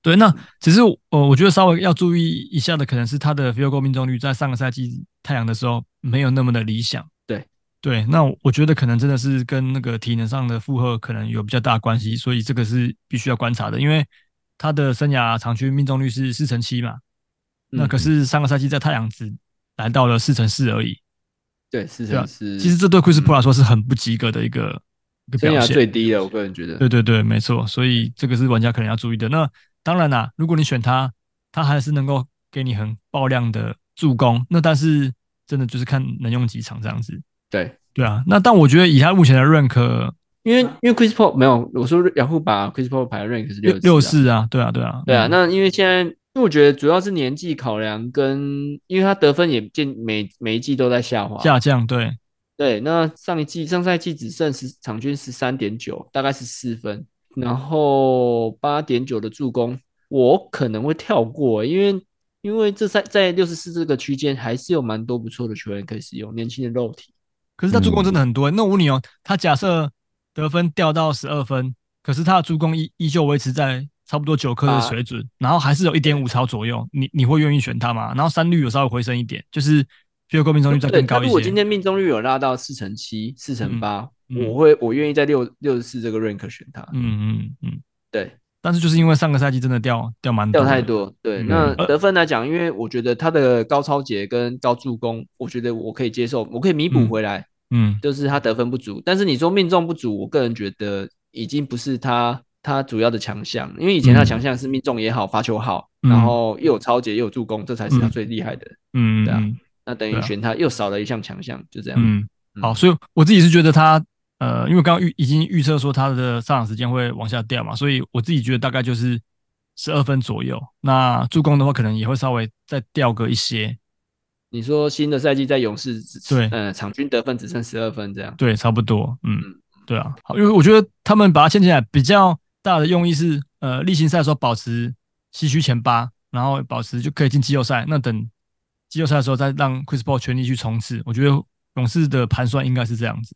[SPEAKER 3] 对。那只是我呃，我觉得稍微要注意一下的，可能是他的 field goal 命中率在上个赛季太阳的时候没有那么的理想。
[SPEAKER 2] 对
[SPEAKER 3] 对，那我我觉得可能真的是跟那个体能上的负荷可能有比较大的关系，所以这个是必须要观察的，因为他的生涯场均命中率是四成七嘛，那
[SPEAKER 2] 嗯
[SPEAKER 3] 可是上个赛季在太阳只来到了四成四而已。
[SPEAKER 2] 对，是
[SPEAKER 3] 对啊
[SPEAKER 2] 是是，
[SPEAKER 3] 其实这对 Chris
[SPEAKER 2] 嗯
[SPEAKER 3] Paul 来说是很不及格的一个一个
[SPEAKER 2] 生
[SPEAKER 3] 表
[SPEAKER 2] 涯
[SPEAKER 3] 现。
[SPEAKER 2] 最低的，我个人觉得，
[SPEAKER 3] 对对对，没错，所以这个是玩家可能要注意的。那当然啦，如果你选他，他还是能够给你很爆量的助攻，那但是真的就是看能用几场这样子。
[SPEAKER 2] 对，
[SPEAKER 3] 对啊，那但我觉得以他目前的认可
[SPEAKER 2] 因为因为 Chris Paul 没有，我说雅虎把 Chris Paul 排的 rank 是
[SPEAKER 3] 六
[SPEAKER 2] 六
[SPEAKER 3] 六，四啊，对啊对啊，
[SPEAKER 2] 对啊，
[SPEAKER 3] 嗯
[SPEAKER 2] 那因为现在，因为我觉得主要是年纪考量跟，因为他得分也见每每一季都在下滑，
[SPEAKER 3] 下降对，
[SPEAKER 2] 对，那上一季上赛季只剩十场均十三点九，大概十四分，然后八点九的助攻，我可能会跳过，欸因为因为这赛在六十四这个区间还是有蛮多不错的球员可以使用，年轻的肉体。
[SPEAKER 3] 可是他助
[SPEAKER 2] 嗯
[SPEAKER 3] 攻真的很多欸、那我问你哦，他假设得分掉到十二分，可是他的助攻依依旧维持在差不多九颗的
[SPEAKER 2] 啊
[SPEAKER 3] 水准，然后还是有一点五超左右，你你会愿意选他吗？然后三率有稍微回升一点，就是第二个命中率再
[SPEAKER 2] 对，
[SPEAKER 3] 更
[SPEAKER 2] 他
[SPEAKER 3] 高一
[SPEAKER 2] 如果今
[SPEAKER 3] 些。
[SPEAKER 2] 天命中率有拉到四成七、四成八、
[SPEAKER 3] 嗯
[SPEAKER 2] 我会我愿意在六六十四这个 rank 选他。
[SPEAKER 3] 嗯嗯嗯，
[SPEAKER 2] 对，
[SPEAKER 3] 但是就是因为上个赛季真的掉掉蛮多的
[SPEAKER 2] 掉太，多。对，
[SPEAKER 3] 嗯
[SPEAKER 2] 那
[SPEAKER 3] 呃
[SPEAKER 2] 得分来讲，因为我觉得他的高超节跟高助攻，我觉得我可以接受，我可以弥补
[SPEAKER 3] 嗯
[SPEAKER 2] 回来。
[SPEAKER 3] 嗯
[SPEAKER 2] 就是他得分不足，但是你说命中不足，我个人觉得已经不是他他主要的强项，因为以前他的强项是命中也好，罚球好，
[SPEAKER 3] 嗯
[SPEAKER 2] 然后又有超节又有助攻，这才是他最厉害的。
[SPEAKER 3] 嗯
[SPEAKER 2] 对啊
[SPEAKER 3] 嗯
[SPEAKER 2] 那等
[SPEAKER 3] 对
[SPEAKER 2] 于
[SPEAKER 3] 啊
[SPEAKER 2] 选他又少了一项强项，就这样。
[SPEAKER 3] 嗯，
[SPEAKER 2] 嗯
[SPEAKER 3] 好，所以我自己是觉得他呃，因为刚刚预已经预测说他的上场时间会往下掉嘛，所以我自己觉得大概就是十二分左右。那助攻的话，可能也会稍微再掉个一些，
[SPEAKER 2] 你说新的赛季在勇士只
[SPEAKER 3] 对
[SPEAKER 2] 呃，场均得分只剩十二分这样。
[SPEAKER 3] 对，差不多，嗯
[SPEAKER 2] 嗯，
[SPEAKER 3] 对啊，好，因为我觉得他们把它牵起来比较大的用意是，呃，例行赛的时候保持西区前八，然后保持就可以进季后赛，那等季后赛的时候再让 Chris Paul 全力去冲刺。我觉得勇士的盘算应该是这样子，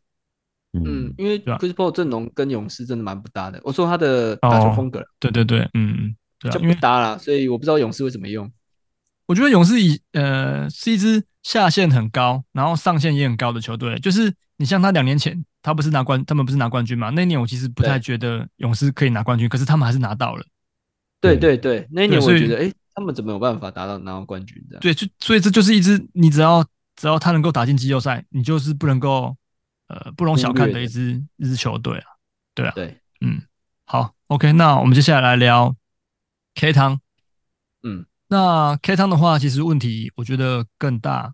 [SPEAKER 2] 嗯
[SPEAKER 1] 嗯，，
[SPEAKER 2] 因为
[SPEAKER 3] 对啊
[SPEAKER 2] Chris Paul 阵容跟勇士真的蛮不搭的。我说他的打球风格
[SPEAKER 3] 对对对，嗯嗯，哦对啊
[SPEAKER 2] 就，
[SPEAKER 3] 因
[SPEAKER 2] 不
[SPEAKER 3] 为
[SPEAKER 2] 搭啦，所以我不知道勇士会怎么用。
[SPEAKER 3] 我觉得勇士以呃是一支下限很高，然后上限也很高的球队。就是你像他两年前，他不是拿冠，他们不是拿冠军嘛？那一年我其实不太
[SPEAKER 2] 对
[SPEAKER 3] 觉得勇士可以拿冠军，可是他们还是拿到了。
[SPEAKER 2] 对
[SPEAKER 1] 对
[SPEAKER 2] 对对，那一
[SPEAKER 3] 对
[SPEAKER 2] 年我
[SPEAKER 3] 所以
[SPEAKER 2] 觉得，哎，他们怎么有办法达到拿到冠军这样？
[SPEAKER 3] 对，就所以这就是一支你只要只要他能够打进季后赛，你就是不能够呃不容小看的一支一支球队啊。
[SPEAKER 2] 对，
[SPEAKER 3] 好，OK，那我们接下来来聊 K 汤。
[SPEAKER 2] 嗯，
[SPEAKER 3] 那 K 汤的话，其实问题我觉得更大。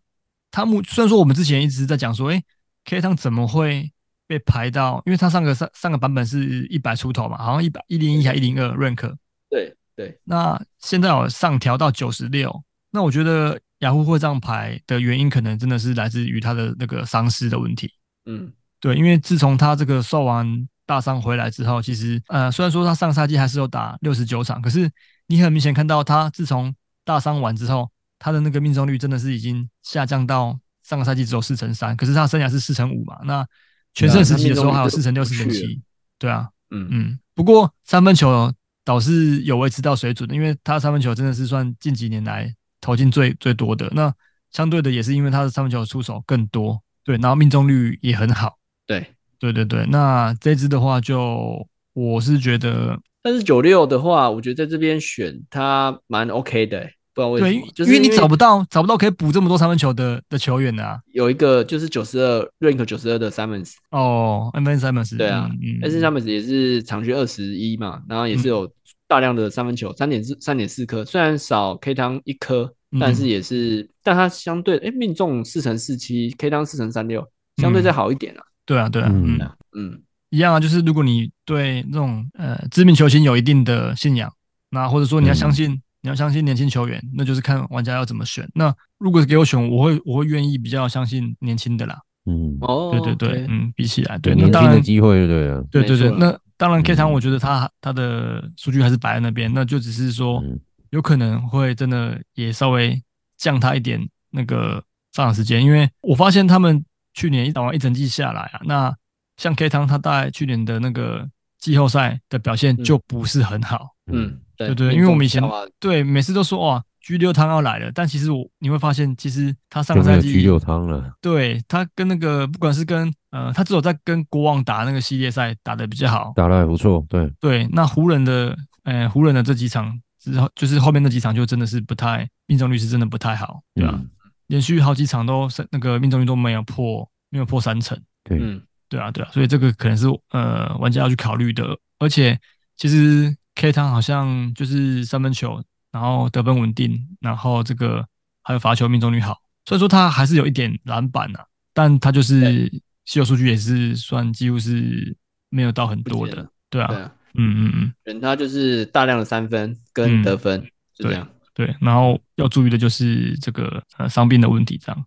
[SPEAKER 3] 他目虽然说我们之前一直在讲说，诶、k 汤怎么会被排到？因为他上个上上个版本是一百出头嘛，好像一百一零一还一零二 rank，
[SPEAKER 2] 对对，
[SPEAKER 3] 那现在有上调到九十六，那我觉得雅虎会这样排的原因，可能真的是来自于他的那个伤势的问题。
[SPEAKER 2] 嗯
[SPEAKER 3] 对，因为自从他这个受完大伤回来之后，其实呃，虽然说他上赛季还是有打六十九场，可是你很明显看到他自从大伤完之后，他的那个命中率真的是已经下降到上个赛季只有四成三，可是他生涯是四成五嘛，那全盛时期的时候还有四成六、四成七，对啊，
[SPEAKER 2] 嗯
[SPEAKER 3] 嗯，不过三分球倒是有维持到水准的，因为他三分球真的是算近几年来投进最最多的。那相对的也是因为他的三分球出手更多，对，然后命中率也很好。
[SPEAKER 2] 对，
[SPEAKER 3] 对对对，那这支的话就我是觉得，
[SPEAKER 2] 但是九六的话，我觉得在这边选他蛮 OK 的欸、不知道为
[SPEAKER 3] 对，
[SPEAKER 2] 什
[SPEAKER 3] 因
[SPEAKER 2] 么
[SPEAKER 3] 为，
[SPEAKER 2] 就是
[SPEAKER 3] 因为你找
[SPEAKER 2] 不
[SPEAKER 3] 不到找不到可以补这么多三分球的的球员的啊。
[SPEAKER 2] 有一个就是九十二 rank 九十二的 Simmons，
[SPEAKER 3] 哦 a n t h o Simons，
[SPEAKER 2] 对啊
[SPEAKER 3] 嗯嗯
[SPEAKER 2] 但是 Simmons 也是场均二十一嘛，然后也
[SPEAKER 3] 嗯
[SPEAKER 2] 是有大量的三分球，三点四三点四颗，虽然少 K 汤一颗，但
[SPEAKER 3] 嗯
[SPEAKER 2] 是也是，但他相对哎命中四成四七，K 汤四成三六，相对再
[SPEAKER 3] 嗯
[SPEAKER 2] 好一点啊，
[SPEAKER 3] 对啊，对啊，嗯
[SPEAKER 1] 嗯，
[SPEAKER 2] 嗯，
[SPEAKER 3] 一样啊，就是如果你对那种呃知名球星有一定的信仰，那或者说你要
[SPEAKER 1] 嗯
[SPEAKER 3] 相信，你要相信年轻球员，那就是看玩家要怎么选。那如果给我选，我会我会愿意比较相信年轻的啦。
[SPEAKER 1] 嗯，
[SPEAKER 2] 哦，
[SPEAKER 3] 对对对
[SPEAKER 2] OK，
[SPEAKER 3] 嗯，比起来，对，那
[SPEAKER 1] 年
[SPEAKER 3] 当
[SPEAKER 1] 轻的
[SPEAKER 3] 然，
[SPEAKER 1] 机会就对了，
[SPEAKER 3] 对对对
[SPEAKER 2] 没，错
[SPEAKER 3] 那当然 K 堂
[SPEAKER 1] 嗯
[SPEAKER 3] 我觉得他他的数据还是摆在那边，那就只是
[SPEAKER 2] 哦
[SPEAKER 3] 说
[SPEAKER 1] 嗯
[SPEAKER 3] 有可能会真的也稍微降他一点那个上场时间，因为我发现他们去年一打完一整季下来啊，那像 K 汤他大概去年的那个季后赛的表
[SPEAKER 1] 嗯
[SPEAKER 3] 现就不是很好，
[SPEAKER 2] 嗯，对
[SPEAKER 3] 对对，
[SPEAKER 2] 命
[SPEAKER 3] 因为
[SPEAKER 2] 中
[SPEAKER 3] 我们以前
[SPEAKER 2] 小啊
[SPEAKER 3] 对每次都说哇 G 六汤要来了，但其实我你会发现，其实他上
[SPEAKER 1] 就
[SPEAKER 3] 个
[SPEAKER 1] 没
[SPEAKER 3] 赛
[SPEAKER 1] 有 G
[SPEAKER 3] 季
[SPEAKER 1] 六汤了，
[SPEAKER 3] 对他跟那个不管是跟呃他至少在跟国王打那个系列赛打得比较好，
[SPEAKER 1] 打得还不错，对，
[SPEAKER 3] 对，那湖人的，呃，湖人的这几场之后，就是后面那几场就真的是不太命中率是真的不太好，对啊，
[SPEAKER 1] 嗯
[SPEAKER 3] 连续好几场都是那个命中率都没有破，没有破三成，
[SPEAKER 1] 对，
[SPEAKER 2] 嗯
[SPEAKER 3] 对啊，对啊，所以这个可能是呃玩家要去考虑的，而且其实 K 汤好像就是三分球，然后得分稳定，然后这个还有罚球命中率好，虽然说他还是有一点篮板啊，但他就是稀有数据也是算几乎是没有到很
[SPEAKER 2] 不
[SPEAKER 3] 多
[SPEAKER 2] 见
[SPEAKER 3] 的
[SPEAKER 2] 了，
[SPEAKER 3] 对啊
[SPEAKER 2] 对，啊，
[SPEAKER 3] 嗯嗯嗯。
[SPEAKER 2] 人他就是大量的三分
[SPEAKER 3] 嗯
[SPEAKER 2] 跟得分，就这
[SPEAKER 3] 对
[SPEAKER 2] 样，
[SPEAKER 3] 对，然后要注意的就是这个呃伤病的问题，这样。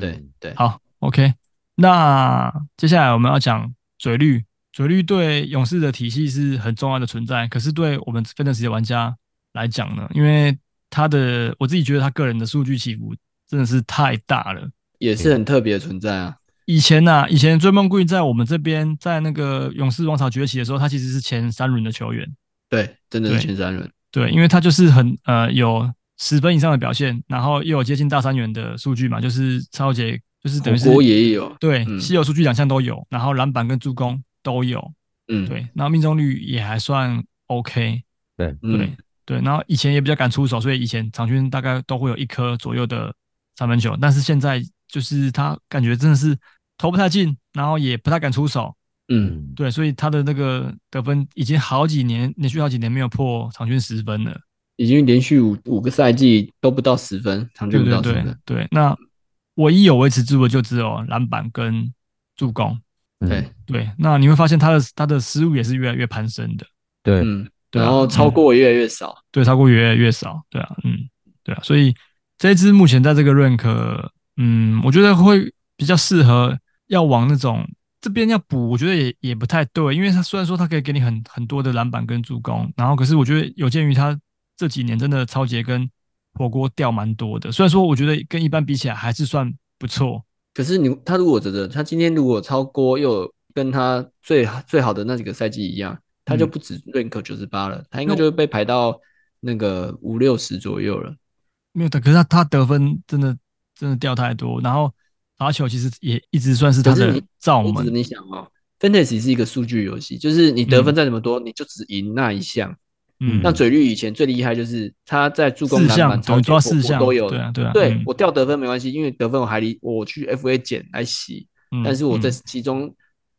[SPEAKER 2] 对对，
[SPEAKER 3] 好，OK。那接下来我们要讲嘴绿，嘴绿对勇士的体系是很重要的存在，可是对我们 fantasy 的玩家来讲呢，因为他的我自己觉得他个人的数据起伏真的是太大了。
[SPEAKER 2] 也是很特别的存在啊，
[SPEAKER 3] 以前呐、以前追梦贵在我们这边，在那个勇士王朝崛起的时候，他其实是前三轮的球员，
[SPEAKER 2] 对，真的是
[SPEAKER 3] 对
[SPEAKER 2] 前三轮，
[SPEAKER 3] 对，因为他就是很呃有十分以上的表现，然后又有接近大三元的数据嘛，就是超杰，就是等于是
[SPEAKER 2] 火锅也有，
[SPEAKER 3] 对
[SPEAKER 2] 嗯
[SPEAKER 3] 稀有数据两项都有，然后篮板跟助攻都有，
[SPEAKER 2] 嗯，
[SPEAKER 3] 对，然后命中率也还算 OK，
[SPEAKER 2] 嗯，
[SPEAKER 3] 对，然后以前也比较敢出手，所以以前场均大概都会有一颗左右的三分球，但是现在就是他感觉真的是投不太进，然后也不太敢出手，
[SPEAKER 2] 嗯
[SPEAKER 1] 嗯，
[SPEAKER 3] 对，所以他的那个得分已经好几年连续好几年没有破场均十分了。
[SPEAKER 2] 已经连续五五个赛季都不到十分，场
[SPEAKER 3] 对
[SPEAKER 2] 均不
[SPEAKER 3] 对
[SPEAKER 2] 到十
[SPEAKER 3] 对
[SPEAKER 2] 分。
[SPEAKER 3] 对，那唯一有维持住的就只有篮板跟助攻。
[SPEAKER 2] 嗯
[SPEAKER 1] 嗯
[SPEAKER 2] 对，
[SPEAKER 3] 对，那你会发现他的他的失误也是越来越攀升的，
[SPEAKER 1] 对，
[SPEAKER 2] 嗯，
[SPEAKER 3] 对啊
[SPEAKER 2] 然后超过越来越少。
[SPEAKER 3] 对，超过越来越少，对啊，嗯，对啊，所以这一支目前在这个 rank，嗯，我觉得会比较适合要往那种这边要补，我觉得也也不太对，因为他虽然说他可以给你很很多的篮板跟助攻，然后可是我觉得有鉴于他这几年真的超杰跟火锅掉蛮多的，虽然说我觉得跟一般比起来还是算不错，
[SPEAKER 2] 可是你他如果真的，他今天如果超过又有跟他最最好的那几个赛季一样，他就
[SPEAKER 3] 嗯
[SPEAKER 2] 不止 rank 九十八了，他应该就会被排到那个五六十左右了。
[SPEAKER 3] 没有的，可是他他得分真的真的掉太多，然后罚球其实也一直算是他
[SPEAKER 2] 可是
[SPEAKER 3] 的
[SPEAKER 2] 你
[SPEAKER 3] 罩
[SPEAKER 2] 我只
[SPEAKER 3] 门。
[SPEAKER 2] 你想哦，Fantasy 是一个数据游戏，就是你得
[SPEAKER 3] 嗯
[SPEAKER 2] 分再怎么多，你就只赢那一项。
[SPEAKER 3] 嗯，
[SPEAKER 2] 那嘴绿以前最厉害就是他在助攻、
[SPEAKER 3] 四
[SPEAKER 2] 篮
[SPEAKER 3] 项
[SPEAKER 2] 板、
[SPEAKER 3] 等于
[SPEAKER 2] 超级
[SPEAKER 3] 抓
[SPEAKER 2] 火
[SPEAKER 3] 四
[SPEAKER 2] 锅
[SPEAKER 3] 项
[SPEAKER 2] 都有，
[SPEAKER 3] 对啊对啊嗯
[SPEAKER 2] 我掉得分没关系，因为得分我还离我去 FA 捡来洗，
[SPEAKER 3] 嗯
[SPEAKER 2] 但是我在
[SPEAKER 3] 嗯
[SPEAKER 2] 其中，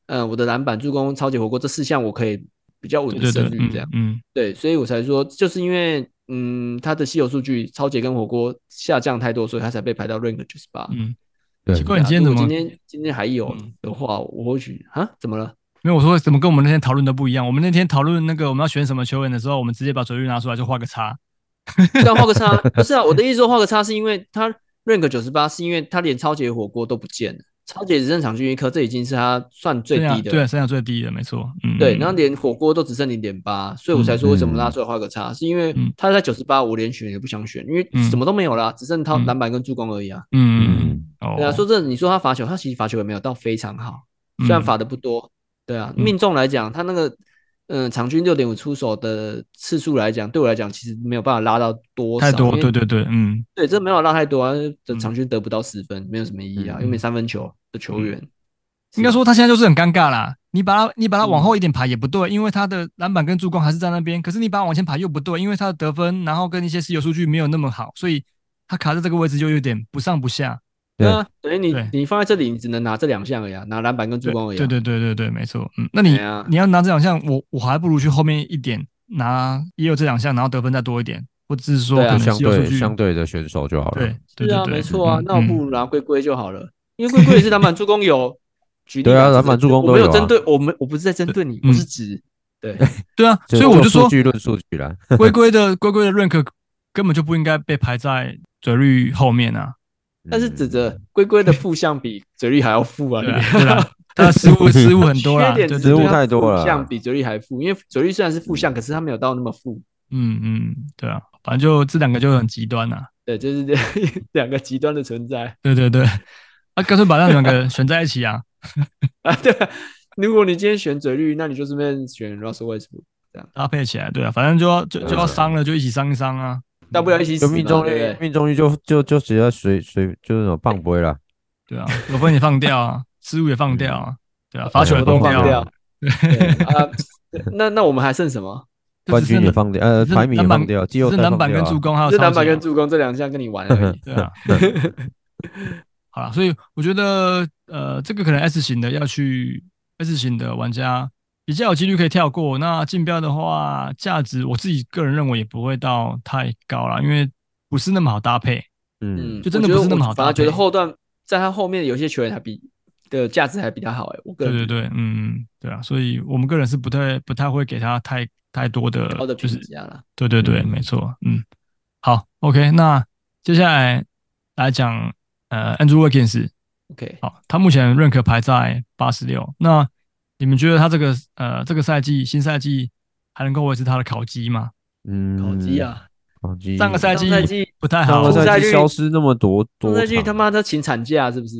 [SPEAKER 2] 呃，我的篮板、助攻、超级火锅这四项我可以比较稳
[SPEAKER 3] 对
[SPEAKER 2] 的
[SPEAKER 3] 对
[SPEAKER 2] 胜
[SPEAKER 3] 对
[SPEAKER 2] 率，这样，
[SPEAKER 3] 嗯，嗯
[SPEAKER 2] 对，所以我才说，就是因为嗯，他的稀有数据超级跟火锅下降太多，所以他才被排到 rank 九十八。
[SPEAKER 3] 嗯
[SPEAKER 1] 对
[SPEAKER 3] 奇怪，
[SPEAKER 2] 对
[SPEAKER 3] 你
[SPEAKER 2] 啊
[SPEAKER 3] 今天
[SPEAKER 2] 如
[SPEAKER 3] 怎
[SPEAKER 2] 果
[SPEAKER 3] 么
[SPEAKER 2] 今天今天还有
[SPEAKER 3] 嗯
[SPEAKER 2] 的话，我或许啊，怎么了？
[SPEAKER 3] 没有？我说怎么跟我们那天讨论的不一样？我们那天讨论那个我们要选什么球员的时候，我们直接把嘴绿拿出来就画个叉。
[SPEAKER 2] 这样画个叉，不是啊，我的意思说画个叉是因为他 rank 九十八，是因为他连超级火锅都不见了，超级只剩场均一颗，这已经是他算最
[SPEAKER 3] 生涯
[SPEAKER 2] 低的
[SPEAKER 3] 对
[SPEAKER 2] 了。
[SPEAKER 3] 啊，生涯最低的，没错。嗯，
[SPEAKER 2] 对，
[SPEAKER 3] 嗯
[SPEAKER 2] 然后连火锅都只剩零点八，所以我才说为什么拉出来画个叉，是因为
[SPEAKER 3] 嗯
[SPEAKER 2] 他在九十八，我连选也不想选，因为
[SPEAKER 3] 嗯
[SPEAKER 2] 什么都没有啦，只剩他
[SPEAKER 3] 嗯
[SPEAKER 2] 篮板跟助攻而已啊。
[SPEAKER 3] 嗯嗯
[SPEAKER 1] 嗯，
[SPEAKER 3] 嗯，
[SPEAKER 2] 对啊，
[SPEAKER 3] 哦
[SPEAKER 2] 说真的，你说他罚球，他其实罚球也没有到非常好，虽
[SPEAKER 3] 嗯
[SPEAKER 2] 然罚的不多，对啊，
[SPEAKER 3] 嗯
[SPEAKER 2] 命中来讲，他那个嗯、呃场均六点五出手的次数来讲，对我来讲其实没有办法拉到多少，
[SPEAKER 3] 太多，
[SPEAKER 2] 因为
[SPEAKER 3] 对对对，嗯
[SPEAKER 2] 对，这没有拉太多啊，这
[SPEAKER 3] 嗯
[SPEAKER 2] 场均得不到十分，没有什么意义啊，
[SPEAKER 1] 嗯
[SPEAKER 2] 又没三分球的球员，
[SPEAKER 3] 应该说他现在就是很尴尬啦，你把他你把他往后一点排也不对，
[SPEAKER 2] 嗯
[SPEAKER 3] 因为他的篮板跟助攻还是在那边。可是你把他往前排又不对，因为他的得分，然后跟一些持有数据没有那么好，所以他卡在这个位置就有点不上不下。
[SPEAKER 1] 对
[SPEAKER 2] 那等于你
[SPEAKER 3] 对
[SPEAKER 2] 你放在这里，你只能拿这两项而已啊，拿篮板跟助攻而已、啊。
[SPEAKER 3] 对对对对对，没错。嗯，那你、
[SPEAKER 2] 对啊
[SPEAKER 3] 你要拿这两项，我我还不如去后面一点拿也有这两项，然后得分再多一点，或者是说
[SPEAKER 2] 对啊
[SPEAKER 3] 可能
[SPEAKER 1] 就相
[SPEAKER 3] 持有数
[SPEAKER 1] 对
[SPEAKER 3] 据
[SPEAKER 1] 相对的选手就好了。
[SPEAKER 3] 对对
[SPEAKER 2] 是啊，
[SPEAKER 3] 对对，
[SPEAKER 2] 没错啊
[SPEAKER 3] 嗯，
[SPEAKER 2] 那我不
[SPEAKER 3] 嗯
[SPEAKER 2] 如拿龟龟就好了，因为龟龟也是篮板助攻有。举例
[SPEAKER 1] 对啊
[SPEAKER 2] 这个
[SPEAKER 1] 篮板助攻
[SPEAKER 2] 我没
[SPEAKER 1] 都有啊
[SPEAKER 2] 针对，我们我不是在针对你，
[SPEAKER 3] 嗯
[SPEAKER 2] 我是指对
[SPEAKER 3] 对啊，所
[SPEAKER 1] 就，
[SPEAKER 3] 以我
[SPEAKER 1] 就
[SPEAKER 3] 就说
[SPEAKER 1] 数据论数据啦。
[SPEAKER 3] 龟龟的龟龟的 rank 根本就不应该被排在嘴绿后面啊，
[SPEAKER 2] 但是指
[SPEAKER 1] 嗯
[SPEAKER 2] 着龟龟的负项比嘴绿还要负啊，
[SPEAKER 3] 对啊
[SPEAKER 2] 你
[SPEAKER 3] 对 啦，他的失误失误很多啦，
[SPEAKER 2] 缺
[SPEAKER 3] 对
[SPEAKER 2] 点
[SPEAKER 3] 对
[SPEAKER 2] 只
[SPEAKER 3] 对
[SPEAKER 1] 失误
[SPEAKER 2] 对它
[SPEAKER 1] 太多了
[SPEAKER 2] 负项比嘴绿还负，因为嘴绿虽然是负项，可是它没有到那么负。
[SPEAKER 3] 嗯嗯，对啊，反正就这两个就很极端呐、啊，
[SPEAKER 2] 对，就是 两个极端的存在
[SPEAKER 3] 对对对，啊，干脆把那两个选在一起啊，
[SPEAKER 2] 啊。对啊，如果你今天选嘴绿，那你就顺便选 Russell Westbrook，
[SPEAKER 3] 搭配起来，对啊，反正就要就就要伤了，就一起伤一伤啊，
[SPEAKER 2] 大不了一起
[SPEAKER 1] 就
[SPEAKER 2] 死嘛，对
[SPEAKER 1] 命
[SPEAKER 2] 不
[SPEAKER 1] 中率
[SPEAKER 2] 对，？
[SPEAKER 1] 命中率就就就直接随随就是那种棒杯啦。
[SPEAKER 3] 对啊，得分也放掉 啊，失误也放掉啊，对啊，罚球也
[SPEAKER 1] 全部
[SPEAKER 3] 放
[SPEAKER 1] 都
[SPEAKER 3] 掉
[SPEAKER 2] 放
[SPEAKER 3] 啊，
[SPEAKER 2] 掉。对啊，那那我们还剩什么？
[SPEAKER 3] 就
[SPEAKER 1] 冠
[SPEAKER 3] 只剩
[SPEAKER 1] 军也放掉，呃，
[SPEAKER 3] 只剩
[SPEAKER 1] 排名也
[SPEAKER 3] 篮板
[SPEAKER 1] 放掉，
[SPEAKER 3] 只
[SPEAKER 1] 季后
[SPEAKER 3] 剩
[SPEAKER 1] 赛
[SPEAKER 3] 篮
[SPEAKER 1] 放
[SPEAKER 3] 板
[SPEAKER 1] 掉
[SPEAKER 3] 跟
[SPEAKER 1] 啊
[SPEAKER 3] 助攻还有
[SPEAKER 2] 就篮
[SPEAKER 3] 抄
[SPEAKER 2] 板
[SPEAKER 3] 截
[SPEAKER 2] 跟
[SPEAKER 3] 啊
[SPEAKER 2] 助攻这两项跟你玩而已。
[SPEAKER 3] 对啊， 好了，所以我觉得呃，这个可能 S 型的要去 S 型的玩家比较有几率可以跳过。那竞标的话，价值我自己个人认为也不会到太高啦，因为不是那么好搭配。
[SPEAKER 1] 嗯，
[SPEAKER 2] 嗯，
[SPEAKER 3] 就真的
[SPEAKER 2] 我觉
[SPEAKER 3] 不
[SPEAKER 2] 得
[SPEAKER 3] 是那么好
[SPEAKER 2] 我反而
[SPEAKER 3] 搭配
[SPEAKER 2] 觉得后段在他后面有些球员还比的价值还比他好哎，我个
[SPEAKER 3] 对
[SPEAKER 2] 人
[SPEAKER 3] 对对，嗯，对啊，所以我们个人是不太不太会给他太太多的
[SPEAKER 2] 高的
[SPEAKER 3] 就
[SPEAKER 2] 评
[SPEAKER 3] 是
[SPEAKER 2] 价啦。
[SPEAKER 3] 对对对，
[SPEAKER 1] 嗯
[SPEAKER 3] 没错，嗯，好，OK，那接下来来讲呃，Andrew Wiggins，
[SPEAKER 2] OK，
[SPEAKER 3] 好，他目前认可排在八十六。那你们觉得他这个呃这个赛季新赛季还能够维持他的考绩吗？
[SPEAKER 1] 嗯，
[SPEAKER 2] 考基，啊，
[SPEAKER 1] 考基，
[SPEAKER 3] 上个赛
[SPEAKER 2] 上赛季
[SPEAKER 3] 不太好
[SPEAKER 1] 上个，
[SPEAKER 2] 出
[SPEAKER 1] 赛
[SPEAKER 2] 赛
[SPEAKER 1] 季
[SPEAKER 2] 率
[SPEAKER 1] 消失那么多
[SPEAKER 2] 上
[SPEAKER 1] 多
[SPEAKER 2] 赛季
[SPEAKER 1] 场
[SPEAKER 2] 他妈的请产假是不是？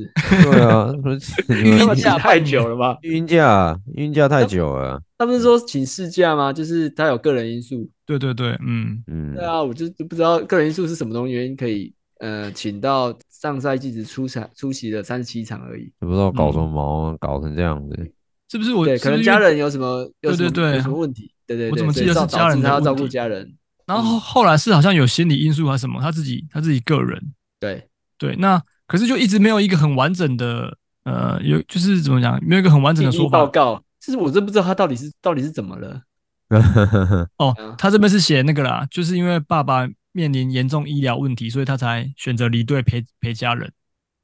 [SPEAKER 1] 对啊， 不 是你
[SPEAKER 2] 他
[SPEAKER 3] 因
[SPEAKER 2] 们
[SPEAKER 3] 为
[SPEAKER 1] 们
[SPEAKER 2] 请太久了吧？
[SPEAKER 1] 孕假孕假太久了，
[SPEAKER 2] 他不是说请事假吗？就是他有个人因素。
[SPEAKER 3] 对对对，嗯，
[SPEAKER 1] 嗯
[SPEAKER 2] 对，啊，我就就不知道个人因素是什么东西原因可以呃请到上赛季只出场出席了三十七场而已。
[SPEAKER 1] 也不知道搞什么毛啊，搞成这样子，
[SPEAKER 3] 是不是我
[SPEAKER 2] 对，
[SPEAKER 3] 是
[SPEAKER 2] 可
[SPEAKER 3] 不
[SPEAKER 2] 能
[SPEAKER 3] 是
[SPEAKER 2] 家
[SPEAKER 3] 因为
[SPEAKER 2] 人有什么有什么
[SPEAKER 3] 对对对
[SPEAKER 2] 有什么问题？对对对，
[SPEAKER 3] 我怎么记得
[SPEAKER 2] 所以
[SPEAKER 3] 是
[SPEAKER 2] 导
[SPEAKER 3] 家人
[SPEAKER 2] 致
[SPEAKER 3] 的
[SPEAKER 2] 他要照
[SPEAKER 3] 问
[SPEAKER 2] 顾
[SPEAKER 3] 题
[SPEAKER 2] 家人？
[SPEAKER 3] 然后后来是好像有心理因素还是什么，他自己他自己个人
[SPEAKER 2] 对，
[SPEAKER 3] 对，那可是就一直没有一个很完整的呃有就是怎么讲，没有一个很完整的
[SPEAKER 2] 第一
[SPEAKER 3] 说
[SPEAKER 2] 报
[SPEAKER 3] 法
[SPEAKER 2] 告，就是我真不知道他到底是到底是怎么了。嗯啊
[SPEAKER 3] 哦。他这边是写那个啦，就是因为爸爸面临严重医疗问题，所以他才选择离队陪陪家人。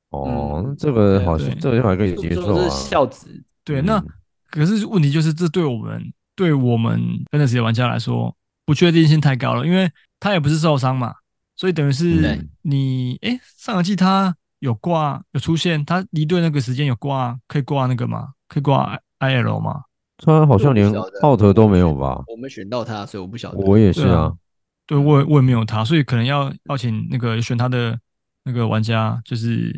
[SPEAKER 1] 哦
[SPEAKER 2] 嗯，
[SPEAKER 1] 那这个好
[SPEAKER 3] 对
[SPEAKER 1] 像这个还可以
[SPEAKER 2] 就
[SPEAKER 1] 接
[SPEAKER 2] 就
[SPEAKER 1] 受
[SPEAKER 2] 是
[SPEAKER 1] 啊，
[SPEAKER 2] 孝子，
[SPEAKER 3] 对，那
[SPEAKER 1] 嗯
[SPEAKER 3] 可是问题就是，这对我们对我们 fantasy 的玩家来说，不确定性太高了，因为他也不是受伤嘛，所以等于是
[SPEAKER 1] 嗯
[SPEAKER 3] 你诶，上个季他有挂有出现，他离队那个时间有挂，可以挂那个吗？可以挂 I L 吗？
[SPEAKER 1] 他好像连
[SPEAKER 2] 这我不晓得
[SPEAKER 1] 奥特都没有吧？
[SPEAKER 2] 我们选到他，所以我不晓得。
[SPEAKER 1] 我也是
[SPEAKER 3] 对啊
[SPEAKER 1] 啊，
[SPEAKER 3] 对我也我也没有他，所以可能要要请那个选他的那个玩家，就是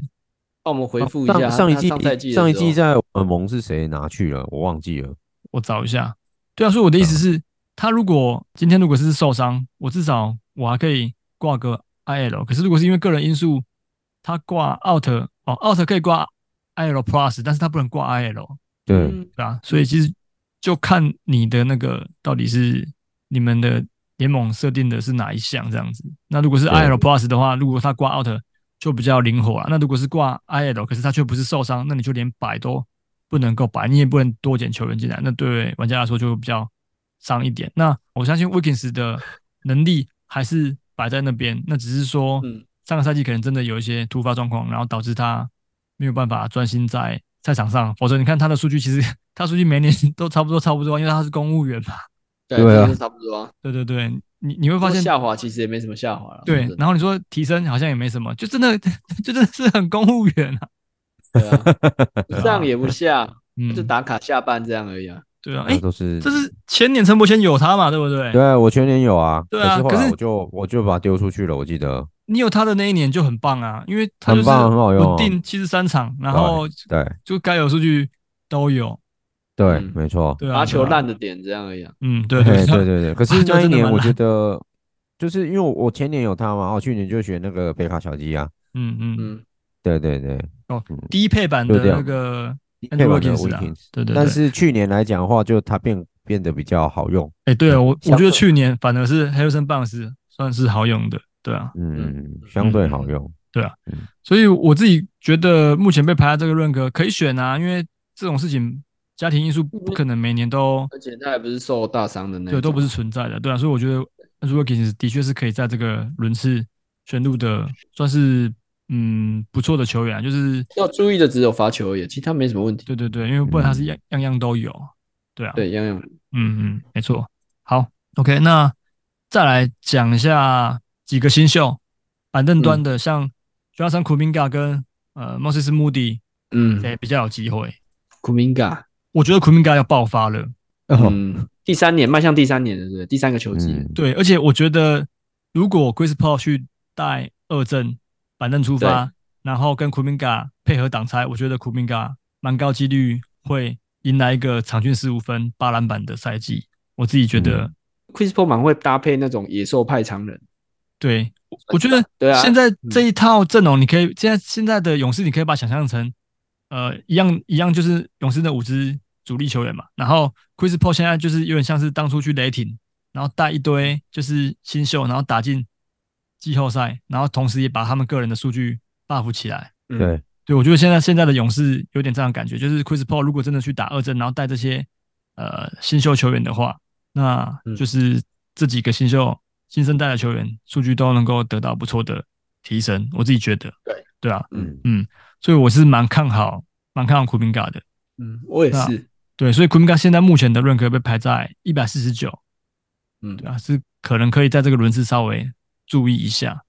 [SPEAKER 2] 帮我
[SPEAKER 3] 啊
[SPEAKER 2] 们回复一下
[SPEAKER 1] 上上一季
[SPEAKER 2] 他上赛季的
[SPEAKER 1] 上一季
[SPEAKER 2] 时候
[SPEAKER 1] 在我们盟是谁拿去了？我忘记了。
[SPEAKER 3] 我找一下。对啊，所以我的意思是，他如果今天如果是受伤，我至少我还可以挂个 IL。可是如果是因为个人因素，他挂 out 哦，out 可以挂 IL plus，但是他不能挂 IL，
[SPEAKER 1] 对，
[SPEAKER 2] 嗯
[SPEAKER 3] 对吧、所以其实就看你的那个到底是你们的联盟设定的是哪一项这样子。那如果是
[SPEAKER 1] 对
[SPEAKER 3] IL plus 的话，如果他挂 out 就比较灵活了。那如果是挂 IL，可是他却不是受伤，那你就连摆都不能够摆，你也不能多捡球员进来。那对玩家来说就比较伤一点。那我相信 Wiggins 的能力还是摆在那边，那只是说
[SPEAKER 2] 嗯
[SPEAKER 3] 上个赛季可能真的有一些突发状况，然后导致他没有办法专心在赛场上。否则你看他的数据，其实 他数据每年都差不多差不多，因为他是公务员嘛。
[SPEAKER 2] 对
[SPEAKER 1] 对啊
[SPEAKER 2] 就是差不多啊。
[SPEAKER 3] 对对对，你你会
[SPEAKER 2] 我
[SPEAKER 3] 发现
[SPEAKER 2] 下滑其实也没什么下滑了。
[SPEAKER 3] 对，然后你说提升好像也没什么，就真的 就真的是很公务员啊。
[SPEAKER 2] 对啊， 不上也不下，
[SPEAKER 3] 嗯，
[SPEAKER 2] 就打卡下班这样而已啊。
[SPEAKER 3] 对啊，
[SPEAKER 1] 那
[SPEAKER 3] 哎、
[SPEAKER 1] 都是
[SPEAKER 3] 这是前年陈柏谦有他嘛，对不对？
[SPEAKER 1] 对我全年有啊，
[SPEAKER 3] 哎对啊
[SPEAKER 1] 可是后
[SPEAKER 3] 可
[SPEAKER 1] 来
[SPEAKER 3] 是
[SPEAKER 1] 我就我就把它丢出去了，我记得。
[SPEAKER 3] 你有他的那一年就很棒啊，因为他就是
[SPEAKER 1] 很棒很好用哦
[SPEAKER 3] 稳定七十三场，然后
[SPEAKER 1] 对啊
[SPEAKER 3] 就该有数据都有，
[SPEAKER 1] 对
[SPEAKER 2] 嗯，
[SPEAKER 1] 没错。
[SPEAKER 3] 对啊，
[SPEAKER 2] 罚球
[SPEAKER 3] 对啊
[SPEAKER 2] 烂的点这样而已啊。
[SPEAKER 3] 嗯，对
[SPEAKER 1] 对
[SPEAKER 3] 对
[SPEAKER 1] 对对对，可是
[SPEAKER 3] 就
[SPEAKER 1] 那一
[SPEAKER 3] 真的
[SPEAKER 1] 年
[SPEAKER 3] 蛮
[SPEAKER 1] 我觉
[SPEAKER 3] 烂
[SPEAKER 1] 得，就是因为我我前年有他嘛，然后去年就选那个北卡小鸡啊。
[SPEAKER 3] 嗯嗯，
[SPEAKER 2] 嗯，
[SPEAKER 1] 对对对，
[SPEAKER 3] 低配版的那个 Andrew
[SPEAKER 1] Wiggins
[SPEAKER 3] Wiggins 啊
[SPEAKER 1] 的 Wiggins
[SPEAKER 3] 对对
[SPEAKER 1] 但
[SPEAKER 3] 对，
[SPEAKER 1] 是去年来讲的话，就他变变得比较好用。
[SPEAKER 3] 哎，对啊，我我
[SPEAKER 1] 相
[SPEAKER 3] 觉得
[SPEAKER 1] 对
[SPEAKER 3] 去年反而是 Harrison Barnes 算是好用的，对啊，
[SPEAKER 1] 嗯，相对好用。
[SPEAKER 3] 所以我自己觉得目前被排在这个认可可以选啊，因为这种事情家庭因素不可能每年都
[SPEAKER 2] 而且他也不是受大伤的那
[SPEAKER 3] 对，都不
[SPEAKER 2] 是
[SPEAKER 3] 是存在的，对啊，所以我觉得 r o k i n s 的确是可以在这个轮次选入的，算是嗯不错的球员啊，就是
[SPEAKER 2] 要注意的只有罚球而已，其实他没什么问题。
[SPEAKER 3] 对啊对对，因为不然他是样样样都有，对啊，
[SPEAKER 2] 对，样样
[SPEAKER 3] 嗯嗯，没错。好，OK，那再来讲一下几个新秀，板凳端的，像 Jonathan Kuminga 跟呃 Moses Moody
[SPEAKER 2] 嗯
[SPEAKER 3] 谁比较有机会？
[SPEAKER 2] 库明嘎，
[SPEAKER 3] 我觉得 Kuminga 要爆发了，
[SPEAKER 1] 哦，
[SPEAKER 2] 嗯，第三年迈向第三年了，对不对？第三个球季了，
[SPEAKER 1] 嗯，
[SPEAKER 3] 对，而且我觉得如果 Chris Paul 去带二阵板凳出发，然后跟 Kuminga 配合挡拆，我觉得 Kuminga 蛮高几率会迎来一个场均十五分八篮板的赛季。我自己觉得，
[SPEAKER 2] Chris Paul 蛮会搭配那种野兽派常人，
[SPEAKER 3] 对我我觉得
[SPEAKER 2] 对啊
[SPEAKER 3] 现在这一套阵容，你可以现在现在的勇士，你可以把它想象成呃一样一样，就是勇士的五支主力球员嘛。然后 Chris Paul 现在就是有点像是当初去雷霆，然后带一堆就是新秀，然后打进季后赛，然后同时也把他们个人的数据 buff 起来。
[SPEAKER 2] 嗯
[SPEAKER 1] 对，
[SPEAKER 3] 对我觉得现在现在的勇士有点这样的感觉，就是 Chris Paul 如果真的去打二阵，然后带这些呃新秀球员的话，那
[SPEAKER 2] 嗯
[SPEAKER 3] 就是这几个新秀新生代的球员数据都能够得到不错的提升，我自己觉得。
[SPEAKER 2] 对
[SPEAKER 3] 对啊，
[SPEAKER 1] 嗯，
[SPEAKER 3] 所以我是蛮看好蛮看好库明嘎的。
[SPEAKER 2] 嗯，我也
[SPEAKER 3] 对啊
[SPEAKER 2] 是，
[SPEAKER 3] 对，所以库明嘎现在目前的认可被排在一百四十九，
[SPEAKER 2] 嗯，
[SPEAKER 3] 对啊，是可能可以在这个轮次稍微注意一下。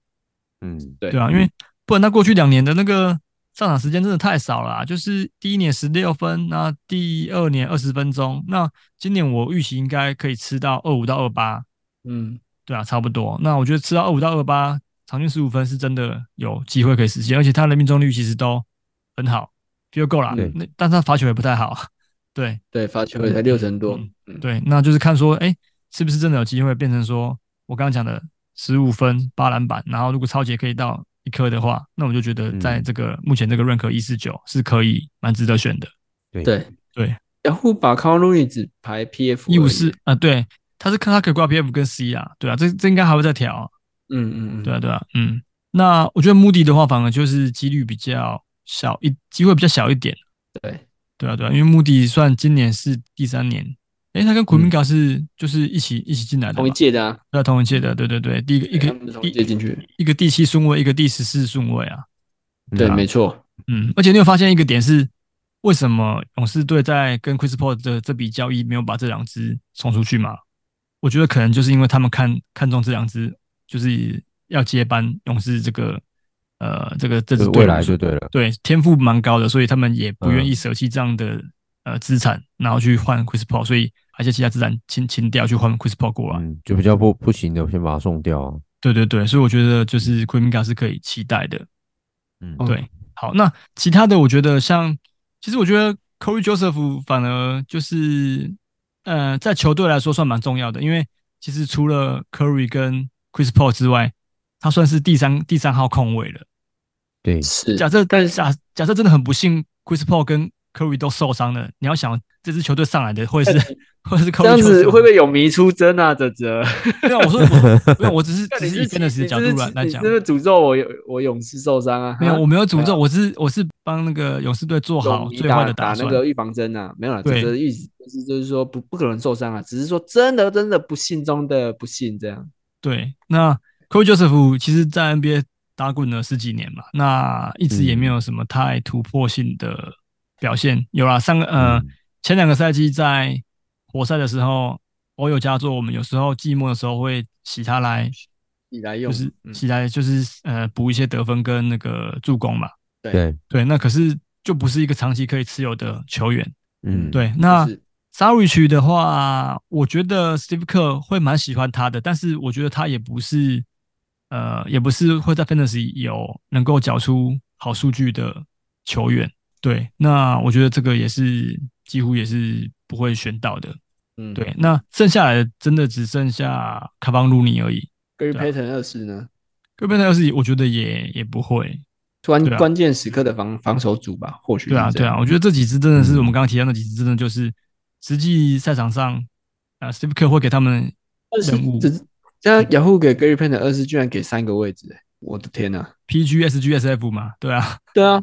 [SPEAKER 1] 嗯，
[SPEAKER 2] 对
[SPEAKER 3] 对啊，因为不然他过去两年的那个上场时间真的太少了啊、就是第一年十六分，那第二年二十分钟，那今年我预期应该可以吃到二五到二八，
[SPEAKER 2] 嗯，
[SPEAKER 3] 对啊，差不多。那我觉得吃到二五到二八，场均十五分是真的有机会可以实现，而且他的命中率其实都很好 f e e l 够啦
[SPEAKER 1] 对，
[SPEAKER 3] 那但是他罚球也不太好，对，
[SPEAKER 2] 对，罚球也才六成多，嗯，
[SPEAKER 3] 对，那就是看说，哎、是不是真的有机会变成说我刚刚讲的十五分八篮板，然后如果超杰可以到一颗的话，那我就觉得在
[SPEAKER 1] 嗯
[SPEAKER 3] 这个、目前这个认可一四九是可以蛮值得选的。
[SPEAKER 2] 对
[SPEAKER 3] 对。
[SPEAKER 2] 然后把 c o n l y 只排 PF
[SPEAKER 3] 一五
[SPEAKER 2] 而已
[SPEAKER 3] 四，啊，对，他是看他可以挂 PF 跟 C 啊，对啊，这这应该还会再调、啊，
[SPEAKER 2] 嗯嗯嗯，
[SPEAKER 3] 对啊，对啊，嗯。那我觉得目的的话，反而就是几率比较小一，机会比较小一点。
[SPEAKER 2] 对，
[SPEAKER 3] 对啊，对啊，因为目的算今年是第三年，诶、他跟古明嘎是、就是一起一起进来的吧，
[SPEAKER 2] 嗯同一届的啊，
[SPEAKER 3] 对啊，同一届的，对对对，第一个一
[SPEAKER 2] 对他
[SPEAKER 3] 个
[SPEAKER 2] 们是同一届
[SPEAKER 3] 一嗯
[SPEAKER 2] 进去，
[SPEAKER 3] 一个第七顺位，一个第十四顺位啊，
[SPEAKER 2] 对，
[SPEAKER 3] 啊
[SPEAKER 2] 没错，
[SPEAKER 3] 嗯，而且你有发现一个点是，为什么勇士队在跟 Chris Paul 的这笔交易没有把这两只送出去吗？我觉得可能就是因为他们看看中这两只，就是要接班勇士这个呃这个这支
[SPEAKER 1] 就
[SPEAKER 3] 队伍
[SPEAKER 1] 未来就对了。
[SPEAKER 3] 对天赋蛮高的，所以他们也不愿意
[SPEAKER 1] 嗯
[SPEAKER 3] 舍弃这样的、呃资产，然后去换 Chris Paul，所以而且其他资产清清掉去换 Chris Paul 过来。
[SPEAKER 1] 嗯，就比较不不行的，先把它送掉啊。
[SPEAKER 3] 对对对，所以我觉得就是 q u i m i g a 是可以期待的。
[SPEAKER 1] 嗯，
[SPEAKER 2] 嗯
[SPEAKER 3] 对，好，那其他的我觉得像，其实我觉得 Corey Joseph 反而就是，呃，在球队来说算蛮重要的，因为其实除了 Curry 跟 Chris Paul 之外，他算是第三第三号控卫了。
[SPEAKER 1] 对，
[SPEAKER 2] 是，
[SPEAKER 3] 假设
[SPEAKER 2] 但是
[SPEAKER 3] 假假设真的很不幸，Chris Paul 跟 Curry 都受伤了，你要想这支球队上来的 会是会是 Curry
[SPEAKER 2] 这样
[SPEAKER 3] Joseph
[SPEAKER 2] 子会不会有迷出征啊？哲哲，
[SPEAKER 3] 没有，我说 我没有，我只是
[SPEAKER 2] 那
[SPEAKER 3] 只
[SPEAKER 2] 你
[SPEAKER 3] 是以
[SPEAKER 2] 是
[SPEAKER 3] 真的
[SPEAKER 2] 你
[SPEAKER 3] 是
[SPEAKER 2] 是
[SPEAKER 3] 角
[SPEAKER 2] 不
[SPEAKER 3] 度
[SPEAKER 2] 是
[SPEAKER 3] 来来
[SPEAKER 2] 你
[SPEAKER 3] 讲
[SPEAKER 2] 是不。是诅咒我有我勇士受伤啊？
[SPEAKER 3] 没有，
[SPEAKER 2] 哈
[SPEAKER 3] 我没有诅咒，我是我是帮那个勇士队做好
[SPEAKER 2] 你
[SPEAKER 3] 最
[SPEAKER 2] 打
[SPEAKER 3] 坏的
[SPEAKER 2] 打
[SPEAKER 3] 打算。
[SPEAKER 2] 那个预防针啊，没有啦，
[SPEAKER 3] 对
[SPEAKER 2] 只是意思就是就是说不不可能受伤啊，只是说真的真的不幸中的不幸这样。
[SPEAKER 3] 对，那 c o r e Joseph 其实在 NBA 打滚了十几年嘛，那一直也没有什么太突破性的表现。有啦，上个呃、
[SPEAKER 1] 嗯
[SPEAKER 3] 前两个赛季在活塞的时候，偶有佳作，我们有时候寂寞的时候会洗他来，
[SPEAKER 2] 你来
[SPEAKER 3] 就
[SPEAKER 2] 用，
[SPEAKER 3] 是
[SPEAKER 2] 嗯
[SPEAKER 3] 洗来就是呃补一些得分跟那个助攻嘛。
[SPEAKER 1] 对，
[SPEAKER 3] 对，那可是就不是一个长期可以持有的球员。
[SPEAKER 1] 嗯，
[SPEAKER 3] 对，那
[SPEAKER 2] 就是
[SPEAKER 3] s a r i c 的话，我觉得 Steve Kerr 会蛮喜欢他的，但是我觉得他也不是，呃，也不是会在 Fantasy 有能够缴出好数据的球员。对，那我觉得这个也是几乎也是不会选到的。
[SPEAKER 2] 嗯
[SPEAKER 3] 对，那剩下来的真的只剩下卡邦鲁尼而已。对
[SPEAKER 2] Gary
[SPEAKER 3] 啊
[SPEAKER 2] Payton 二世呢？
[SPEAKER 3] 戈贝纳二十一，我觉得也也不会。
[SPEAKER 2] 关
[SPEAKER 3] 对啊
[SPEAKER 2] 关键时刻的防防守组吧，或许
[SPEAKER 3] 对啊，
[SPEAKER 2] 是这
[SPEAKER 3] 对
[SPEAKER 2] 样
[SPEAKER 3] 啊，我觉得这几支真的是我们刚刚提到那几支，真的就是实际赛场上，呃，Steve Kerr 会给他们
[SPEAKER 2] 但
[SPEAKER 3] 任务
[SPEAKER 2] 是只这雅虎给 Gary Payne 的二四居然给三个位置、欸我的天呐、
[SPEAKER 3] PG、SG、SF 嘛，对啊，
[SPEAKER 2] 对啊，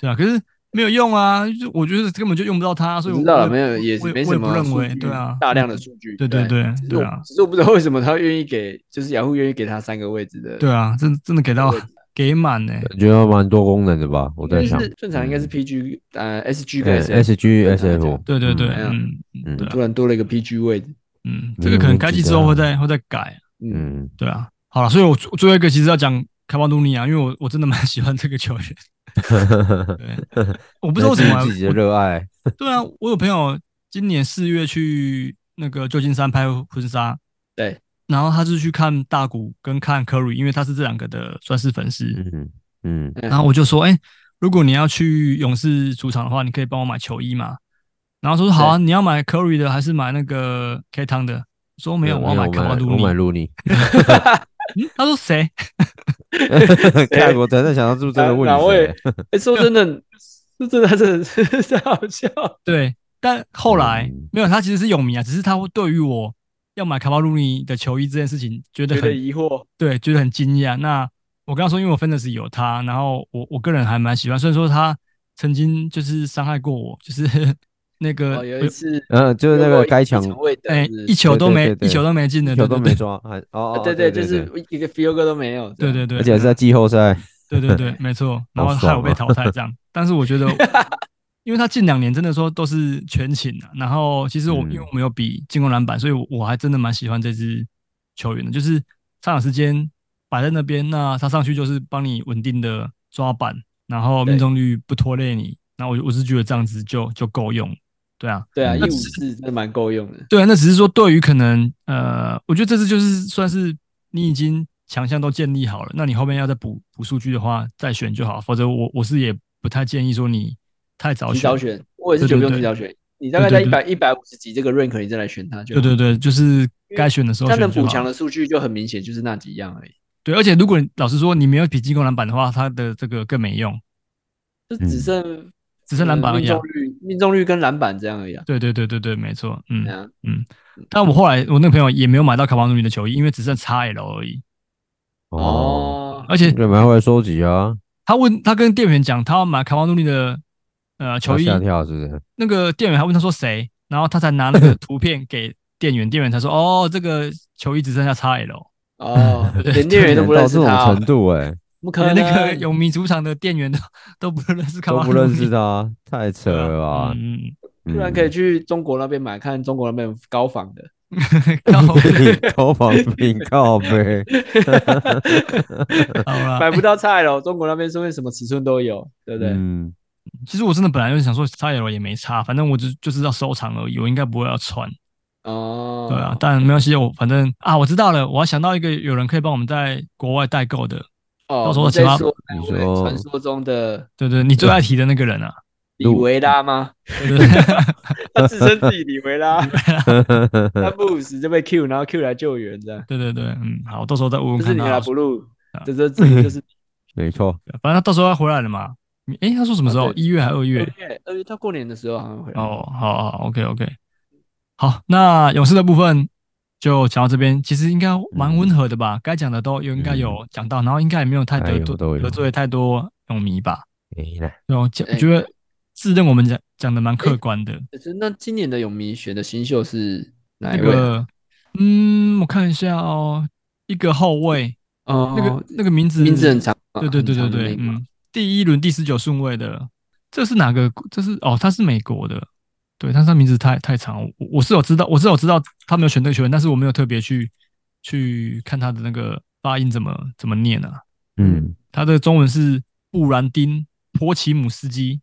[SPEAKER 3] 对啊，可是没有用啊，就我觉得根本就用不到他，所以
[SPEAKER 2] 我
[SPEAKER 3] 我
[SPEAKER 2] 知道了，
[SPEAKER 3] 我
[SPEAKER 2] 没有也
[SPEAKER 3] 我
[SPEAKER 2] 没
[SPEAKER 3] 我也
[SPEAKER 2] 什
[SPEAKER 3] 不
[SPEAKER 2] 么
[SPEAKER 3] 认
[SPEAKER 2] 数
[SPEAKER 3] 为
[SPEAKER 2] 据
[SPEAKER 3] 对啊
[SPEAKER 2] 大量的数据，
[SPEAKER 3] 对对对
[SPEAKER 2] 只是
[SPEAKER 3] 对
[SPEAKER 2] 我
[SPEAKER 3] 啊
[SPEAKER 2] 只是我不知道为什么他愿意给，就是雅虎愿意给他三个位置的，
[SPEAKER 3] 对啊，真真的给到给满呢、
[SPEAKER 1] 感觉还蛮多功能的吧？我
[SPEAKER 2] 应该
[SPEAKER 1] 在
[SPEAKER 2] 是，
[SPEAKER 1] 想，
[SPEAKER 2] 正常应该是
[SPEAKER 1] 嗯
[SPEAKER 2] PG 呃 SG 跟
[SPEAKER 1] 呃
[SPEAKER 2] S
[SPEAKER 1] SG
[SPEAKER 2] 正常来
[SPEAKER 1] SF，
[SPEAKER 2] 讲
[SPEAKER 3] 对对对，
[SPEAKER 2] 哎呀
[SPEAKER 3] 嗯嗯，
[SPEAKER 1] 嗯
[SPEAKER 3] 对啊
[SPEAKER 2] 突，然多了一个 PG 位置，
[SPEAKER 3] 嗯，
[SPEAKER 1] 没
[SPEAKER 3] 这个
[SPEAKER 1] 有
[SPEAKER 3] 可能
[SPEAKER 1] 问
[SPEAKER 3] 开
[SPEAKER 1] 题
[SPEAKER 3] 季
[SPEAKER 1] 的
[SPEAKER 3] 之后
[SPEAKER 1] 啊
[SPEAKER 3] 会再会再改，
[SPEAKER 2] 嗯，
[SPEAKER 1] 嗯，
[SPEAKER 3] 对啊，好了，所以我最最后一个其实要讲卡巴杜尼啊亚，因为我我真的蛮喜欢这个球员， 对，我不知道为什么
[SPEAKER 1] 这是自己的热爱，
[SPEAKER 3] 对啊，我有朋友今年四月去那个旧金山拍婚纱，
[SPEAKER 2] 对，
[SPEAKER 3] 然后他是去看大谷跟看 Curry，因为他是这两个的算是粉丝。
[SPEAKER 1] 嗯嗯
[SPEAKER 2] 嗯
[SPEAKER 3] 然后我就说，哎、如果你要去勇士主场的话，你可以帮我买球衣嘛。然后他说好啊，你要买 Curry 的还是买那个 K 汤的？我说没有，我要买
[SPEAKER 1] 我
[SPEAKER 3] 卡瓦杜
[SPEAKER 1] 我
[SPEAKER 3] 尼。
[SPEAKER 1] 买路 尼，
[SPEAKER 3] 嗯他说谁？
[SPEAKER 1] 看我才在想到是不是这个问
[SPEAKER 2] 哪哪
[SPEAKER 1] 题
[SPEAKER 2] 位
[SPEAKER 1] 谁，
[SPEAKER 2] 哎、说真的，说真的，他真的是 太好笑了。
[SPEAKER 3] 对，但后来、
[SPEAKER 1] 嗯
[SPEAKER 3] 没有，他其实是泳迷啊，只是他对于我要买卡瓦鲁尼的球衣这件事情觉得
[SPEAKER 2] 觉
[SPEAKER 3] 很
[SPEAKER 2] 得疑惑，
[SPEAKER 3] 对，觉得很惊讶。那我跟他说，因为我 Fantasy 有他，然后我我个人还蛮喜欢，虽然说他曾经就是伤害过我，就是 那个
[SPEAKER 2] 哦，有一次，
[SPEAKER 1] 嗯，就是那个该抢
[SPEAKER 2] 有位的，
[SPEAKER 3] 哎、
[SPEAKER 2] 是不
[SPEAKER 3] 一
[SPEAKER 2] 是
[SPEAKER 3] 球都没
[SPEAKER 1] 对对对
[SPEAKER 3] 一球都没进的，
[SPEAKER 1] 球
[SPEAKER 3] 对
[SPEAKER 1] 都
[SPEAKER 3] 对
[SPEAKER 1] 没
[SPEAKER 3] 对
[SPEAKER 1] 抓，还哦
[SPEAKER 2] 啊
[SPEAKER 1] 哦，
[SPEAKER 2] 对
[SPEAKER 1] 对，
[SPEAKER 2] 对，就是一个 field goal 都没有，
[SPEAKER 3] 对对对，
[SPEAKER 1] 而且还是在季后赛，
[SPEAKER 3] 对对对，没错，然后
[SPEAKER 1] 好
[SPEAKER 3] 害
[SPEAKER 1] 爽
[SPEAKER 3] 我被
[SPEAKER 1] 啊
[SPEAKER 3] 淘汰这 样。但是我觉得，因为他近两年真的说都是全勤啊，然后其实我、
[SPEAKER 1] 嗯
[SPEAKER 3] 因为我们有比进攻篮板，所以我我还真的蛮喜欢这支球员的，就是上场时间摆在那边，那他上去就是帮你稳定的抓板，然后命
[SPEAKER 2] 对
[SPEAKER 3] 中率不拖累你，那我我是觉得这样子就就够用，对啊，
[SPEAKER 2] 对啊，一
[SPEAKER 1] 那
[SPEAKER 2] 五
[SPEAKER 1] 只
[SPEAKER 2] 四真的蛮够用的，
[SPEAKER 3] 对啊，那只是说对于可能呃，我觉得这次就是算是你已经强项都建立好了，那你后面要再补补数据的话，再选就好，否则我我是也不太建议说你太早
[SPEAKER 2] 提
[SPEAKER 3] 选。
[SPEAKER 2] 早选，我也是
[SPEAKER 3] 对
[SPEAKER 2] 觉
[SPEAKER 3] 对
[SPEAKER 2] 得不用
[SPEAKER 3] 对
[SPEAKER 2] 提早选，你大概
[SPEAKER 3] 对
[SPEAKER 2] 在
[SPEAKER 3] 对
[SPEAKER 2] 一百一百五十几这个 rank 你再来选它就
[SPEAKER 3] 对对
[SPEAKER 2] 好，
[SPEAKER 3] 对，就是该选的时候
[SPEAKER 2] 它
[SPEAKER 3] 选
[SPEAKER 2] 能
[SPEAKER 3] 就
[SPEAKER 2] 补
[SPEAKER 3] 好
[SPEAKER 2] 强的数据就很明显，就是那几样而已，
[SPEAKER 3] 对，而且如果你老实说你没有比进攻篮板的话，它的这个更没用，
[SPEAKER 2] 就
[SPEAKER 1] 嗯
[SPEAKER 2] 只剩
[SPEAKER 3] 只剩篮板
[SPEAKER 2] 呃
[SPEAKER 3] 而已
[SPEAKER 2] 命
[SPEAKER 3] 啊
[SPEAKER 2] 中。率、命中率跟篮板这样而已啊，
[SPEAKER 3] 对对对对对，没错，嗯
[SPEAKER 2] 对啊，
[SPEAKER 3] 嗯。但我后来我那个朋友也没有买到卡巴努里的球衣，因为只剩 XL 而已，
[SPEAKER 2] 哦，
[SPEAKER 3] 而且
[SPEAKER 1] 你蛮会收集啊，
[SPEAKER 3] 他问他跟店员讲，他要买卡巴努里的呃球衣，
[SPEAKER 1] 吓跳是不是？
[SPEAKER 3] 那个店员还问他说谁，然后他才拿那个图片给店员，店员才说哦，这个球衣只剩下 XL，
[SPEAKER 2] 哦，连店员都不
[SPEAKER 1] 到
[SPEAKER 2] 认识
[SPEAKER 1] 这种
[SPEAKER 2] 他哦，
[SPEAKER 1] 程度哎，
[SPEAKER 2] 不可
[SPEAKER 3] 连
[SPEAKER 2] 能，
[SPEAKER 3] 那个永明主场的店员都都不认识卡
[SPEAKER 1] 都
[SPEAKER 3] 瓦
[SPEAKER 1] 不
[SPEAKER 3] 努
[SPEAKER 1] 认
[SPEAKER 3] 尼
[SPEAKER 1] 识，他，太扯
[SPEAKER 3] 对啊
[SPEAKER 1] 了吧？
[SPEAKER 3] 嗯，
[SPEAKER 2] 不然可以去中国那边买，看中国那边有高仿的，
[SPEAKER 3] 靠北
[SPEAKER 1] 以投房饼告呗，
[SPEAKER 3] 好啦
[SPEAKER 2] 买。不到菜了，中国那边说不定什么尺寸都有，对不对？
[SPEAKER 1] 嗯，
[SPEAKER 3] 其实我真的本来就是想说 XL 也没差，反正我就就是要收藏而已，我应该不会要穿，
[SPEAKER 2] 哦，
[SPEAKER 3] 对啊。但没关系，我反正啊，我知道了，我要想到一个有人可以帮我们在国外代购的，
[SPEAKER 2] 哦，
[SPEAKER 3] 到时候
[SPEAKER 2] 你
[SPEAKER 3] 请
[SPEAKER 2] 在
[SPEAKER 3] 他
[SPEAKER 2] 说
[SPEAKER 1] 你
[SPEAKER 2] 那位
[SPEAKER 1] 说
[SPEAKER 2] 传说中的
[SPEAKER 3] 对对，你最爱提的那个人啊，
[SPEAKER 2] 李维 拉吗？
[SPEAKER 3] 对对 对
[SPEAKER 2] 他自称自己李维拉，他不五十就被 Q，然后 Q 来救援，这样
[SPEAKER 3] 对对对，嗯，好，到时候再问问
[SPEAKER 2] 这是
[SPEAKER 3] 看
[SPEAKER 2] 你
[SPEAKER 3] 他
[SPEAKER 2] 啦
[SPEAKER 3] 好
[SPEAKER 2] 不
[SPEAKER 3] 处。
[SPEAKER 2] 入
[SPEAKER 3] 啊，
[SPEAKER 2] 这这这就是
[SPEAKER 1] 没错，
[SPEAKER 3] 反正他到时候要回来了嘛。你诶，他说什么时候
[SPEAKER 2] 啊？对
[SPEAKER 3] 一月还二
[SPEAKER 2] 二
[SPEAKER 3] 月？
[SPEAKER 2] 月二月他过年的时候好像会回来。
[SPEAKER 3] 哦，好好，OK OK，好，那勇士的部分就讲到这边，其实应该蛮温和的
[SPEAKER 2] 嗯
[SPEAKER 3] 吧，该讲的都应该有讲到，然后应该也没有太
[SPEAKER 1] 哎
[SPEAKER 3] 得
[SPEAKER 1] 有都
[SPEAKER 3] 罪
[SPEAKER 1] 有
[SPEAKER 3] 得罪太多泳迷吧。
[SPEAKER 1] 没了，
[SPEAKER 3] 对，我讲，我
[SPEAKER 2] 哎
[SPEAKER 3] 觉得自认我们讲讲的蛮客观的。
[SPEAKER 2] 可是那今年的泳迷选的新秀是哪
[SPEAKER 3] 那
[SPEAKER 2] 一位啊？
[SPEAKER 3] 个，嗯，我看一下哦，一个后卫，
[SPEAKER 2] 哦，
[SPEAKER 3] 那个那个名字
[SPEAKER 2] 名字很长啊，
[SPEAKER 3] 对对对对
[SPEAKER 2] 很长的
[SPEAKER 3] 对，
[SPEAKER 2] 那个
[SPEAKER 3] 嗯，第一轮第十九顺位的，这是哪个？这是哦，他是美国的，对，但是他名字太太长，我我是有知道，我是有知道他没有选这个球员，但是我没有特别去去看他的那个发音怎么怎么念啊。
[SPEAKER 1] 嗯，
[SPEAKER 3] 他的中文是布兰丁·波奇姆斯基，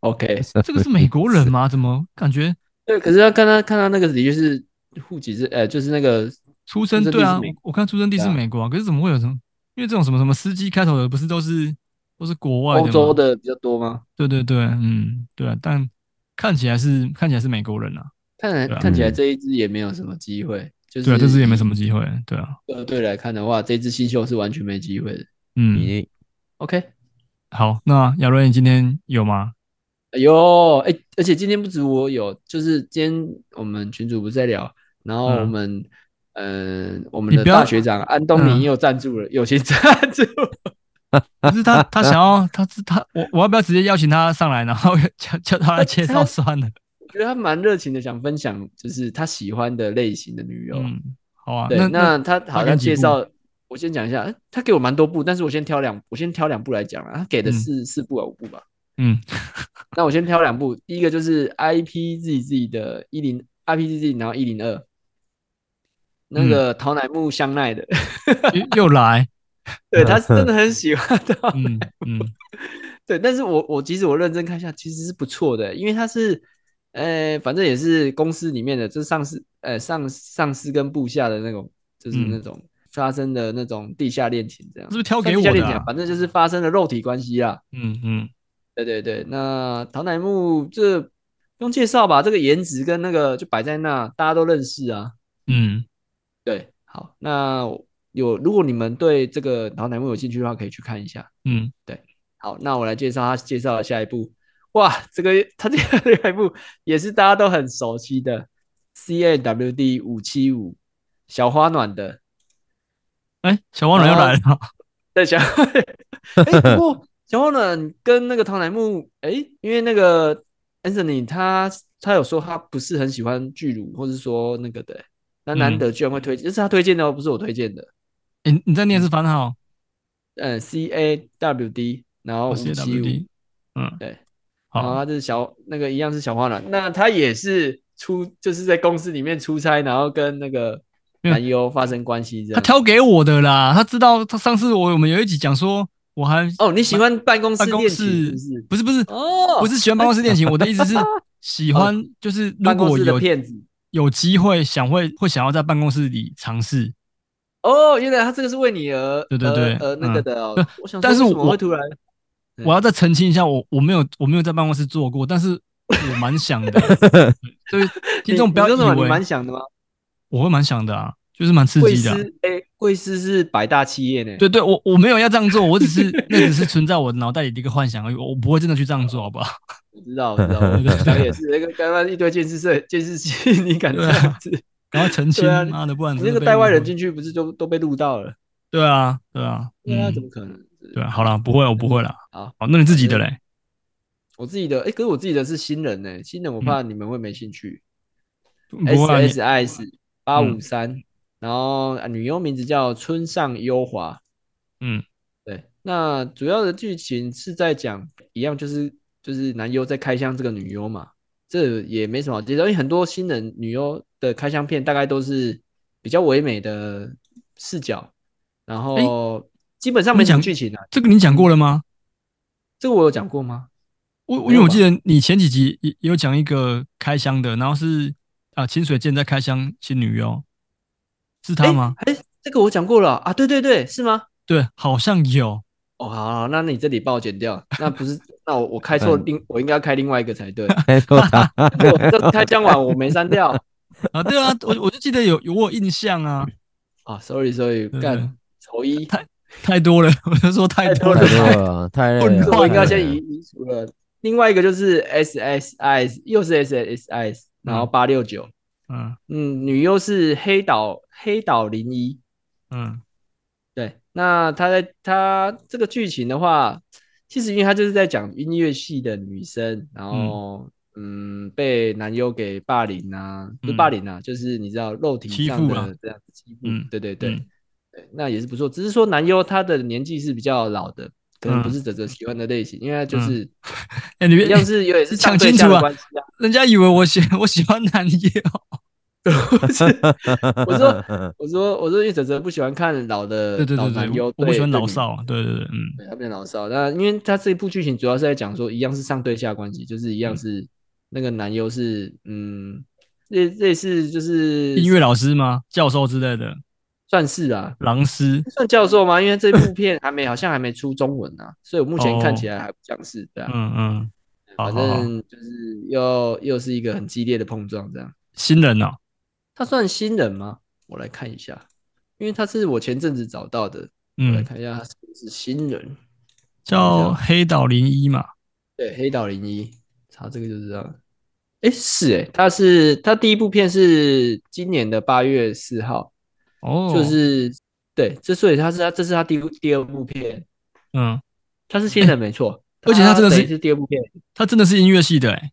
[SPEAKER 2] OK，
[SPEAKER 3] 这 个是美国人吗？怎么感觉
[SPEAKER 2] 对，可是要看他看他那个的确是户籍是呃，就是那个
[SPEAKER 3] 出生
[SPEAKER 2] 出生地
[SPEAKER 3] 对啊
[SPEAKER 2] 是美，
[SPEAKER 3] 我我看出生地是
[SPEAKER 2] 对啊
[SPEAKER 3] 美国啊，可是怎么会有什么？因为这种什么什么司机开头的，不是都是都是国外的
[SPEAKER 2] 欧
[SPEAKER 3] 吗
[SPEAKER 2] 洲的比较多吗？
[SPEAKER 3] 对对对，嗯，对啊，但看起来是看起来是美国人啊，
[SPEAKER 2] 看来
[SPEAKER 3] 对啊
[SPEAKER 2] 看起来这一支也没有什么机会，就是
[SPEAKER 3] 对啊，这次也没什
[SPEAKER 2] 么
[SPEAKER 3] 么机会，对啊，
[SPEAKER 2] 二队来看的话，这支新秀是完全没机会的。
[SPEAKER 3] 嗯，
[SPEAKER 1] 你
[SPEAKER 2] OK，
[SPEAKER 3] 好，那亚瑞你今天有吗？
[SPEAKER 2] 哎呦，哎、而且今天不止我有，就是今天我们群主不是在聊，然后我
[SPEAKER 3] 嗯
[SPEAKER 2] 们，嗯、我们
[SPEAKER 3] 你
[SPEAKER 2] 的
[SPEAKER 3] 不要
[SPEAKER 2] 大学长安东尼
[SPEAKER 3] 嗯
[SPEAKER 2] 也有赞助了，友情赞助，
[SPEAKER 3] 可是 他他想要他他我我要不要直接邀请他上来，然后 叫叫他来介绍算了？
[SPEAKER 2] 我觉得他蛮热情的，想分享就是他喜欢的类型的女友。
[SPEAKER 3] 嗯，好啊，
[SPEAKER 2] 对，
[SPEAKER 3] 那
[SPEAKER 2] 那他好
[SPEAKER 3] 大概
[SPEAKER 2] 像
[SPEAKER 3] 几
[SPEAKER 2] 介
[SPEAKER 3] 部
[SPEAKER 2] 绍，我先讲一下，他给我蛮多部，但是我先挑两，我先挑两部来讲啊。他给的
[SPEAKER 3] 嗯
[SPEAKER 2] 是四部啊，五部吧。
[SPEAKER 3] 嗯
[SPEAKER 2] 那我先挑两部，第一个就是 IPZZ 的一零 IPZZ，然后一零二，那
[SPEAKER 3] 嗯
[SPEAKER 2] 个桃乃木香奈的，
[SPEAKER 3] 又又来，
[SPEAKER 2] 对，他是真的很喜欢的。
[SPEAKER 3] 嗯 嗯
[SPEAKER 2] 对，但是我我其实我认真看一下，其实是不错的，欸因为它是，呃，反正也是公司里面的，就是上司，呃，上上司跟部下的那种，就是
[SPEAKER 3] 嗯
[SPEAKER 2] 那种发生的那种地下恋情这样
[SPEAKER 3] 是不。是挑
[SPEAKER 2] 算
[SPEAKER 3] 给
[SPEAKER 2] 地
[SPEAKER 3] 我
[SPEAKER 2] 下恋
[SPEAKER 3] 的
[SPEAKER 2] 情
[SPEAKER 3] 啊
[SPEAKER 2] 啊？反正就是发生了肉体关系啦。
[SPEAKER 3] 嗯嗯
[SPEAKER 2] 对对对，那唐乃木这不用介绍吧，这个颜值跟那个就摆在那，大家都认识啊。
[SPEAKER 3] 嗯，
[SPEAKER 2] 对，好，那有如果你们对这个唐乃木有兴趣的话，可以去看一下。
[SPEAKER 3] 嗯，
[SPEAKER 2] 好，那我来介绍他介绍的下一部。哇，这个他这个 下一部也是大家都很熟悉的 C A W D 五七五小花暖的。
[SPEAKER 3] 哎、小王人又来了，
[SPEAKER 2] 哦对，小，哎、不过小花暖跟那个唐乃木，哎、因为那个 Anthony 他他有说他不是很喜欢巨乳，或是说那个的、那难得居然会推荐，这、是他推荐的哦，不是我推荐的。
[SPEAKER 3] 哎、你在念是番
[SPEAKER 2] 哦
[SPEAKER 3] 号
[SPEAKER 2] 嗯，C A W D，然后五
[SPEAKER 3] 哦，C
[SPEAKER 2] 七
[SPEAKER 3] W
[SPEAKER 2] 五
[SPEAKER 3] D，，嗯，
[SPEAKER 2] 对，啊然后
[SPEAKER 3] 好，
[SPEAKER 2] 他就是小那个一样是小花男，那他也是出就是在公司里面出差，然后跟那个
[SPEAKER 3] 没有
[SPEAKER 2] 男优发生关系这
[SPEAKER 3] 他
[SPEAKER 2] 样。
[SPEAKER 3] 挑给我的啦，他知道他上次我我们有一集讲说我还
[SPEAKER 2] 哦，你喜欢办公室
[SPEAKER 3] 办公
[SPEAKER 2] 恋情是
[SPEAKER 3] 室不
[SPEAKER 2] 不是？
[SPEAKER 3] 是不是
[SPEAKER 2] 哦，
[SPEAKER 3] 不是喜欢办公室恋情，我的意思 是喜欢就是如
[SPEAKER 2] 办公
[SPEAKER 3] 果
[SPEAKER 2] 室的
[SPEAKER 3] 有
[SPEAKER 2] 骗子。
[SPEAKER 3] 有机会想会会想要在办公室里尝试，
[SPEAKER 2] 哦，原来他这个是为你而
[SPEAKER 3] 对对
[SPEAKER 2] 而
[SPEAKER 3] 对
[SPEAKER 2] 而那个的哦
[SPEAKER 3] 嗯。
[SPEAKER 2] 我想说
[SPEAKER 3] 但是
[SPEAKER 2] 为什么
[SPEAKER 3] 我
[SPEAKER 2] 会突然对
[SPEAKER 3] 我要再澄清一下，我我没有我没有在办公室做过，但是我蛮想的。对对，听众
[SPEAKER 2] 你
[SPEAKER 3] 不要
[SPEAKER 2] 你
[SPEAKER 3] 以
[SPEAKER 2] 说什么你
[SPEAKER 3] 为
[SPEAKER 2] 蛮想的吗？
[SPEAKER 3] 我会蛮想的啊，就是蛮刺
[SPEAKER 2] 贵
[SPEAKER 3] 激的啊、
[SPEAKER 2] 司哎，贵司是百大企业呢。
[SPEAKER 3] 对对，我我没有要这样做，我只 是那只是存在我脑袋里的一个幻想而已，我不会真的去这样做，好不 好？
[SPEAKER 2] 我知道，我知 道，我
[SPEAKER 3] 对对
[SPEAKER 2] 想也是那个刚刚一堆监视设监视器， 你敢这
[SPEAKER 3] 对啊
[SPEAKER 2] 样子？
[SPEAKER 3] 然后澄清
[SPEAKER 2] 对啊，，
[SPEAKER 3] 妈的，不然
[SPEAKER 2] 你
[SPEAKER 3] 真的
[SPEAKER 2] 那个
[SPEAKER 3] 被
[SPEAKER 2] 带外
[SPEAKER 3] 误
[SPEAKER 2] 人
[SPEAKER 3] 会。
[SPEAKER 2] 进去，不是都都被录到了？
[SPEAKER 3] 对啊，对啊，
[SPEAKER 2] 对啊，
[SPEAKER 3] 嗯
[SPEAKER 2] 怎，么可能？
[SPEAKER 3] 对啊，好啦，不会，我不会啦。
[SPEAKER 2] 好，呃
[SPEAKER 3] 好，那你自己的嘞？
[SPEAKER 2] 我自己的，哎，可是我自己的是新人呢，新人我怕你们会没兴趣。
[SPEAKER 3] 嗯不
[SPEAKER 2] S
[SPEAKER 3] 会啊，嗯你
[SPEAKER 2] S S 八五三，然后啊女优名字叫村上优华。
[SPEAKER 3] 嗯，
[SPEAKER 2] 对，那主要的剧情是在讲一样，就是就是男优在开箱这个女优嘛，这也没什么好介绍，因为很多新人女优的开箱片大概都是比较唯美的视角，然后基本上没
[SPEAKER 3] 你
[SPEAKER 2] 什么
[SPEAKER 3] 讲
[SPEAKER 2] 剧情啊。
[SPEAKER 3] 这个你讲过了吗？
[SPEAKER 2] 这个我有讲过吗？
[SPEAKER 3] 我
[SPEAKER 2] 没
[SPEAKER 3] 因为
[SPEAKER 2] 有
[SPEAKER 3] 我
[SPEAKER 2] 吧
[SPEAKER 3] 记得你前几集也也有讲一个开箱的，然后是啊清水健在开箱新女优，是他
[SPEAKER 2] 诶
[SPEAKER 3] 吗？？
[SPEAKER 2] 哎、这个我讲过了啊，对对对，是吗？
[SPEAKER 3] 对，好像有。
[SPEAKER 2] 哦，好好，好那你这里帮我剪 掉，那不是，那我我开错
[SPEAKER 1] 嗯
[SPEAKER 2] 另，我应该要开另外一个 才对。
[SPEAKER 1] 开错他，
[SPEAKER 2] 我这开箱完我没删掉
[SPEAKER 3] 啊，对啊，我我就记得有有我有印象啊，
[SPEAKER 2] 啊，sorry sorry，
[SPEAKER 3] 对
[SPEAKER 2] 干丑一，
[SPEAKER 3] 太多了，我就说太多了
[SPEAKER 1] 太。多了，太累
[SPEAKER 3] 混
[SPEAKER 1] 了，
[SPEAKER 2] 这我应该
[SPEAKER 1] 太累
[SPEAKER 2] 先移
[SPEAKER 1] 了
[SPEAKER 2] 移除了。另外一个就是 S S I S，又是 S S I S，然后
[SPEAKER 3] 嗯
[SPEAKER 2] 八六九，
[SPEAKER 3] 嗯
[SPEAKER 2] 嗯，女优是黑岛黑岛零一，
[SPEAKER 3] 嗯
[SPEAKER 2] 对，那他在他这个剧情的话，其实因为他就是在讲音乐系的女生，然后嗯被男优给霸凌啊，不是
[SPEAKER 3] 嗯
[SPEAKER 2] 霸凌啊，就是你知道肉体
[SPEAKER 3] 欺
[SPEAKER 2] 上
[SPEAKER 3] 负
[SPEAKER 2] 的
[SPEAKER 3] 啊
[SPEAKER 2] 这样子欺负，
[SPEAKER 3] 嗯
[SPEAKER 2] 对对对、
[SPEAKER 3] 嗯
[SPEAKER 2] 对，那也是不错。只是说男优他的年纪是比较老的，可能不
[SPEAKER 3] 嗯
[SPEAKER 2] 是泽泽喜欢的类型，因为他就是、
[SPEAKER 3] 哎，你别
[SPEAKER 2] 一样是有点是
[SPEAKER 3] 你讲
[SPEAKER 2] 上对
[SPEAKER 3] 清
[SPEAKER 2] 下
[SPEAKER 3] 楚
[SPEAKER 2] 的
[SPEAKER 3] 啊
[SPEAKER 2] 关系啊，
[SPEAKER 3] 人家以为我喜 我喜欢男优，
[SPEAKER 2] 不是 我说我说我说，因为泽泽不喜欢看老的
[SPEAKER 3] 对对
[SPEAKER 2] 老
[SPEAKER 3] 对
[SPEAKER 2] 呃男
[SPEAKER 3] 对，
[SPEAKER 2] 优
[SPEAKER 3] 我，我不
[SPEAKER 2] 对
[SPEAKER 3] 喜欢
[SPEAKER 2] 对
[SPEAKER 3] 老
[SPEAKER 2] 女
[SPEAKER 3] 少啊，对对对，嗯
[SPEAKER 2] 对，他变老少。那因为他这一部剧情主要是在讲说，一样是上对下关系，就是一
[SPEAKER 3] 嗯
[SPEAKER 2] 样是那个男优是嗯，类类似就是
[SPEAKER 3] 音乐老师吗？教授之类的，
[SPEAKER 2] 算是啊，
[SPEAKER 3] 狼 师，
[SPEAKER 2] 算教授吗？因为这部片还没好像还没出中文啊，所以我目前看起来还不像是对啊。
[SPEAKER 3] 哦嗯嗯，好
[SPEAKER 2] 反
[SPEAKER 3] 好好，
[SPEAKER 2] 正就是又又是一个很激烈的碰撞，这样。
[SPEAKER 3] 新人哦，
[SPEAKER 2] 他算新人吗？我来看一下，因为他是我前阵子找到的，我来
[SPEAKER 3] 嗯，
[SPEAKER 2] 看一下他是不是新人。
[SPEAKER 3] 叫黑岛零一嘛，
[SPEAKER 2] 对，黑岛零一，查这个就知道了。哎，是哎，他是他第一部片是今年的八月四号，
[SPEAKER 3] 哦，
[SPEAKER 2] 就是对，之所以他是他这是他第一部第二部片，
[SPEAKER 3] 嗯，
[SPEAKER 2] 他是 新人没错，
[SPEAKER 3] 而且他这个是
[SPEAKER 2] 等于是第二部片，
[SPEAKER 3] 他真的是音乐系的哎，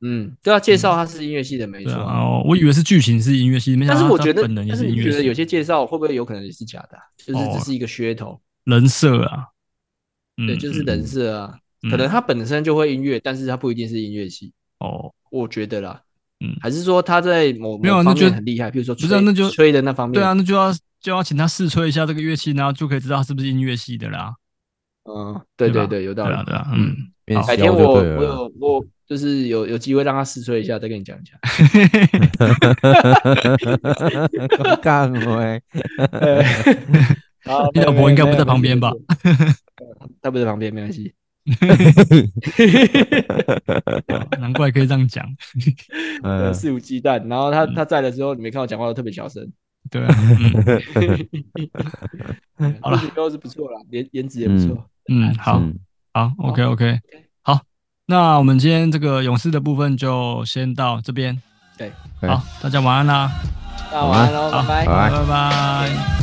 [SPEAKER 2] 嗯，对啊，介绍他是音乐系的没
[SPEAKER 3] 对
[SPEAKER 2] 错，
[SPEAKER 3] 啊，哦，我以为是剧情是音乐系，没想
[SPEAKER 2] 但
[SPEAKER 3] 到
[SPEAKER 2] 是
[SPEAKER 3] 他
[SPEAKER 2] 我觉得，
[SPEAKER 3] 本人也
[SPEAKER 2] 但是
[SPEAKER 3] 音
[SPEAKER 2] 你
[SPEAKER 3] 乐
[SPEAKER 2] 觉得有
[SPEAKER 3] 系，
[SPEAKER 2] 些介绍会不会有可能也是假的啊、就是
[SPEAKER 3] 哦
[SPEAKER 2] 只是一个噱头，
[SPEAKER 3] 人设啊，嗯
[SPEAKER 2] 对，就是人设啊，
[SPEAKER 3] 嗯
[SPEAKER 2] 可能他本身就会音乐，但是他不一定是音乐系，
[SPEAKER 3] 哦，
[SPEAKER 2] 我觉得啦，
[SPEAKER 3] 嗯
[SPEAKER 2] 还是说他在某
[SPEAKER 3] 没有啊
[SPEAKER 2] 某方
[SPEAKER 3] 那就
[SPEAKER 2] 面很厉害，比如说
[SPEAKER 3] 不是
[SPEAKER 2] 吹
[SPEAKER 3] 啊那就
[SPEAKER 2] 吹的那方面，
[SPEAKER 3] 对啊，，那就要就要请他试吹一下这个乐器，然后就可以知道他是不是音乐系的啦，
[SPEAKER 2] 嗯，对
[SPEAKER 3] 对吧
[SPEAKER 2] 对对，有
[SPEAKER 3] 对
[SPEAKER 2] 道理
[SPEAKER 3] 啊，。对啊，嗯，
[SPEAKER 1] 面
[SPEAKER 3] 好
[SPEAKER 2] 改
[SPEAKER 1] 试
[SPEAKER 2] 天
[SPEAKER 1] 就
[SPEAKER 2] 我我
[SPEAKER 1] 对了。
[SPEAKER 2] 有我就是有有机会让他试吹一下，再跟你讲 一下。
[SPEAKER 1] 干喂，
[SPEAKER 2] 好
[SPEAKER 3] 你老婆应该不在旁边吧？
[SPEAKER 2] 没有没有没有没有没有他不在旁边，没关系。
[SPEAKER 3] 好 难怪可以这样讲，
[SPEAKER 1] 嗯，
[SPEAKER 2] 呃肆无忌惮。然后
[SPEAKER 3] 嗯
[SPEAKER 2] 他他在的时候，你没看我讲话都特别小声。
[SPEAKER 3] 对啊，嗯好了
[SPEAKER 2] 了，都是不错啦，颜颜值也不错。
[SPEAKER 3] 嗯，好
[SPEAKER 1] 嗯
[SPEAKER 3] 好，OK OK，好，那我们今天这个勇士的部分就先到这边，
[SPEAKER 2] 对，
[SPEAKER 1] OK
[SPEAKER 3] 好，大家晚安啦，
[SPEAKER 2] 那晚安喽，
[SPEAKER 3] 好
[SPEAKER 2] 拜拜
[SPEAKER 1] 拜。
[SPEAKER 3] 拜拜。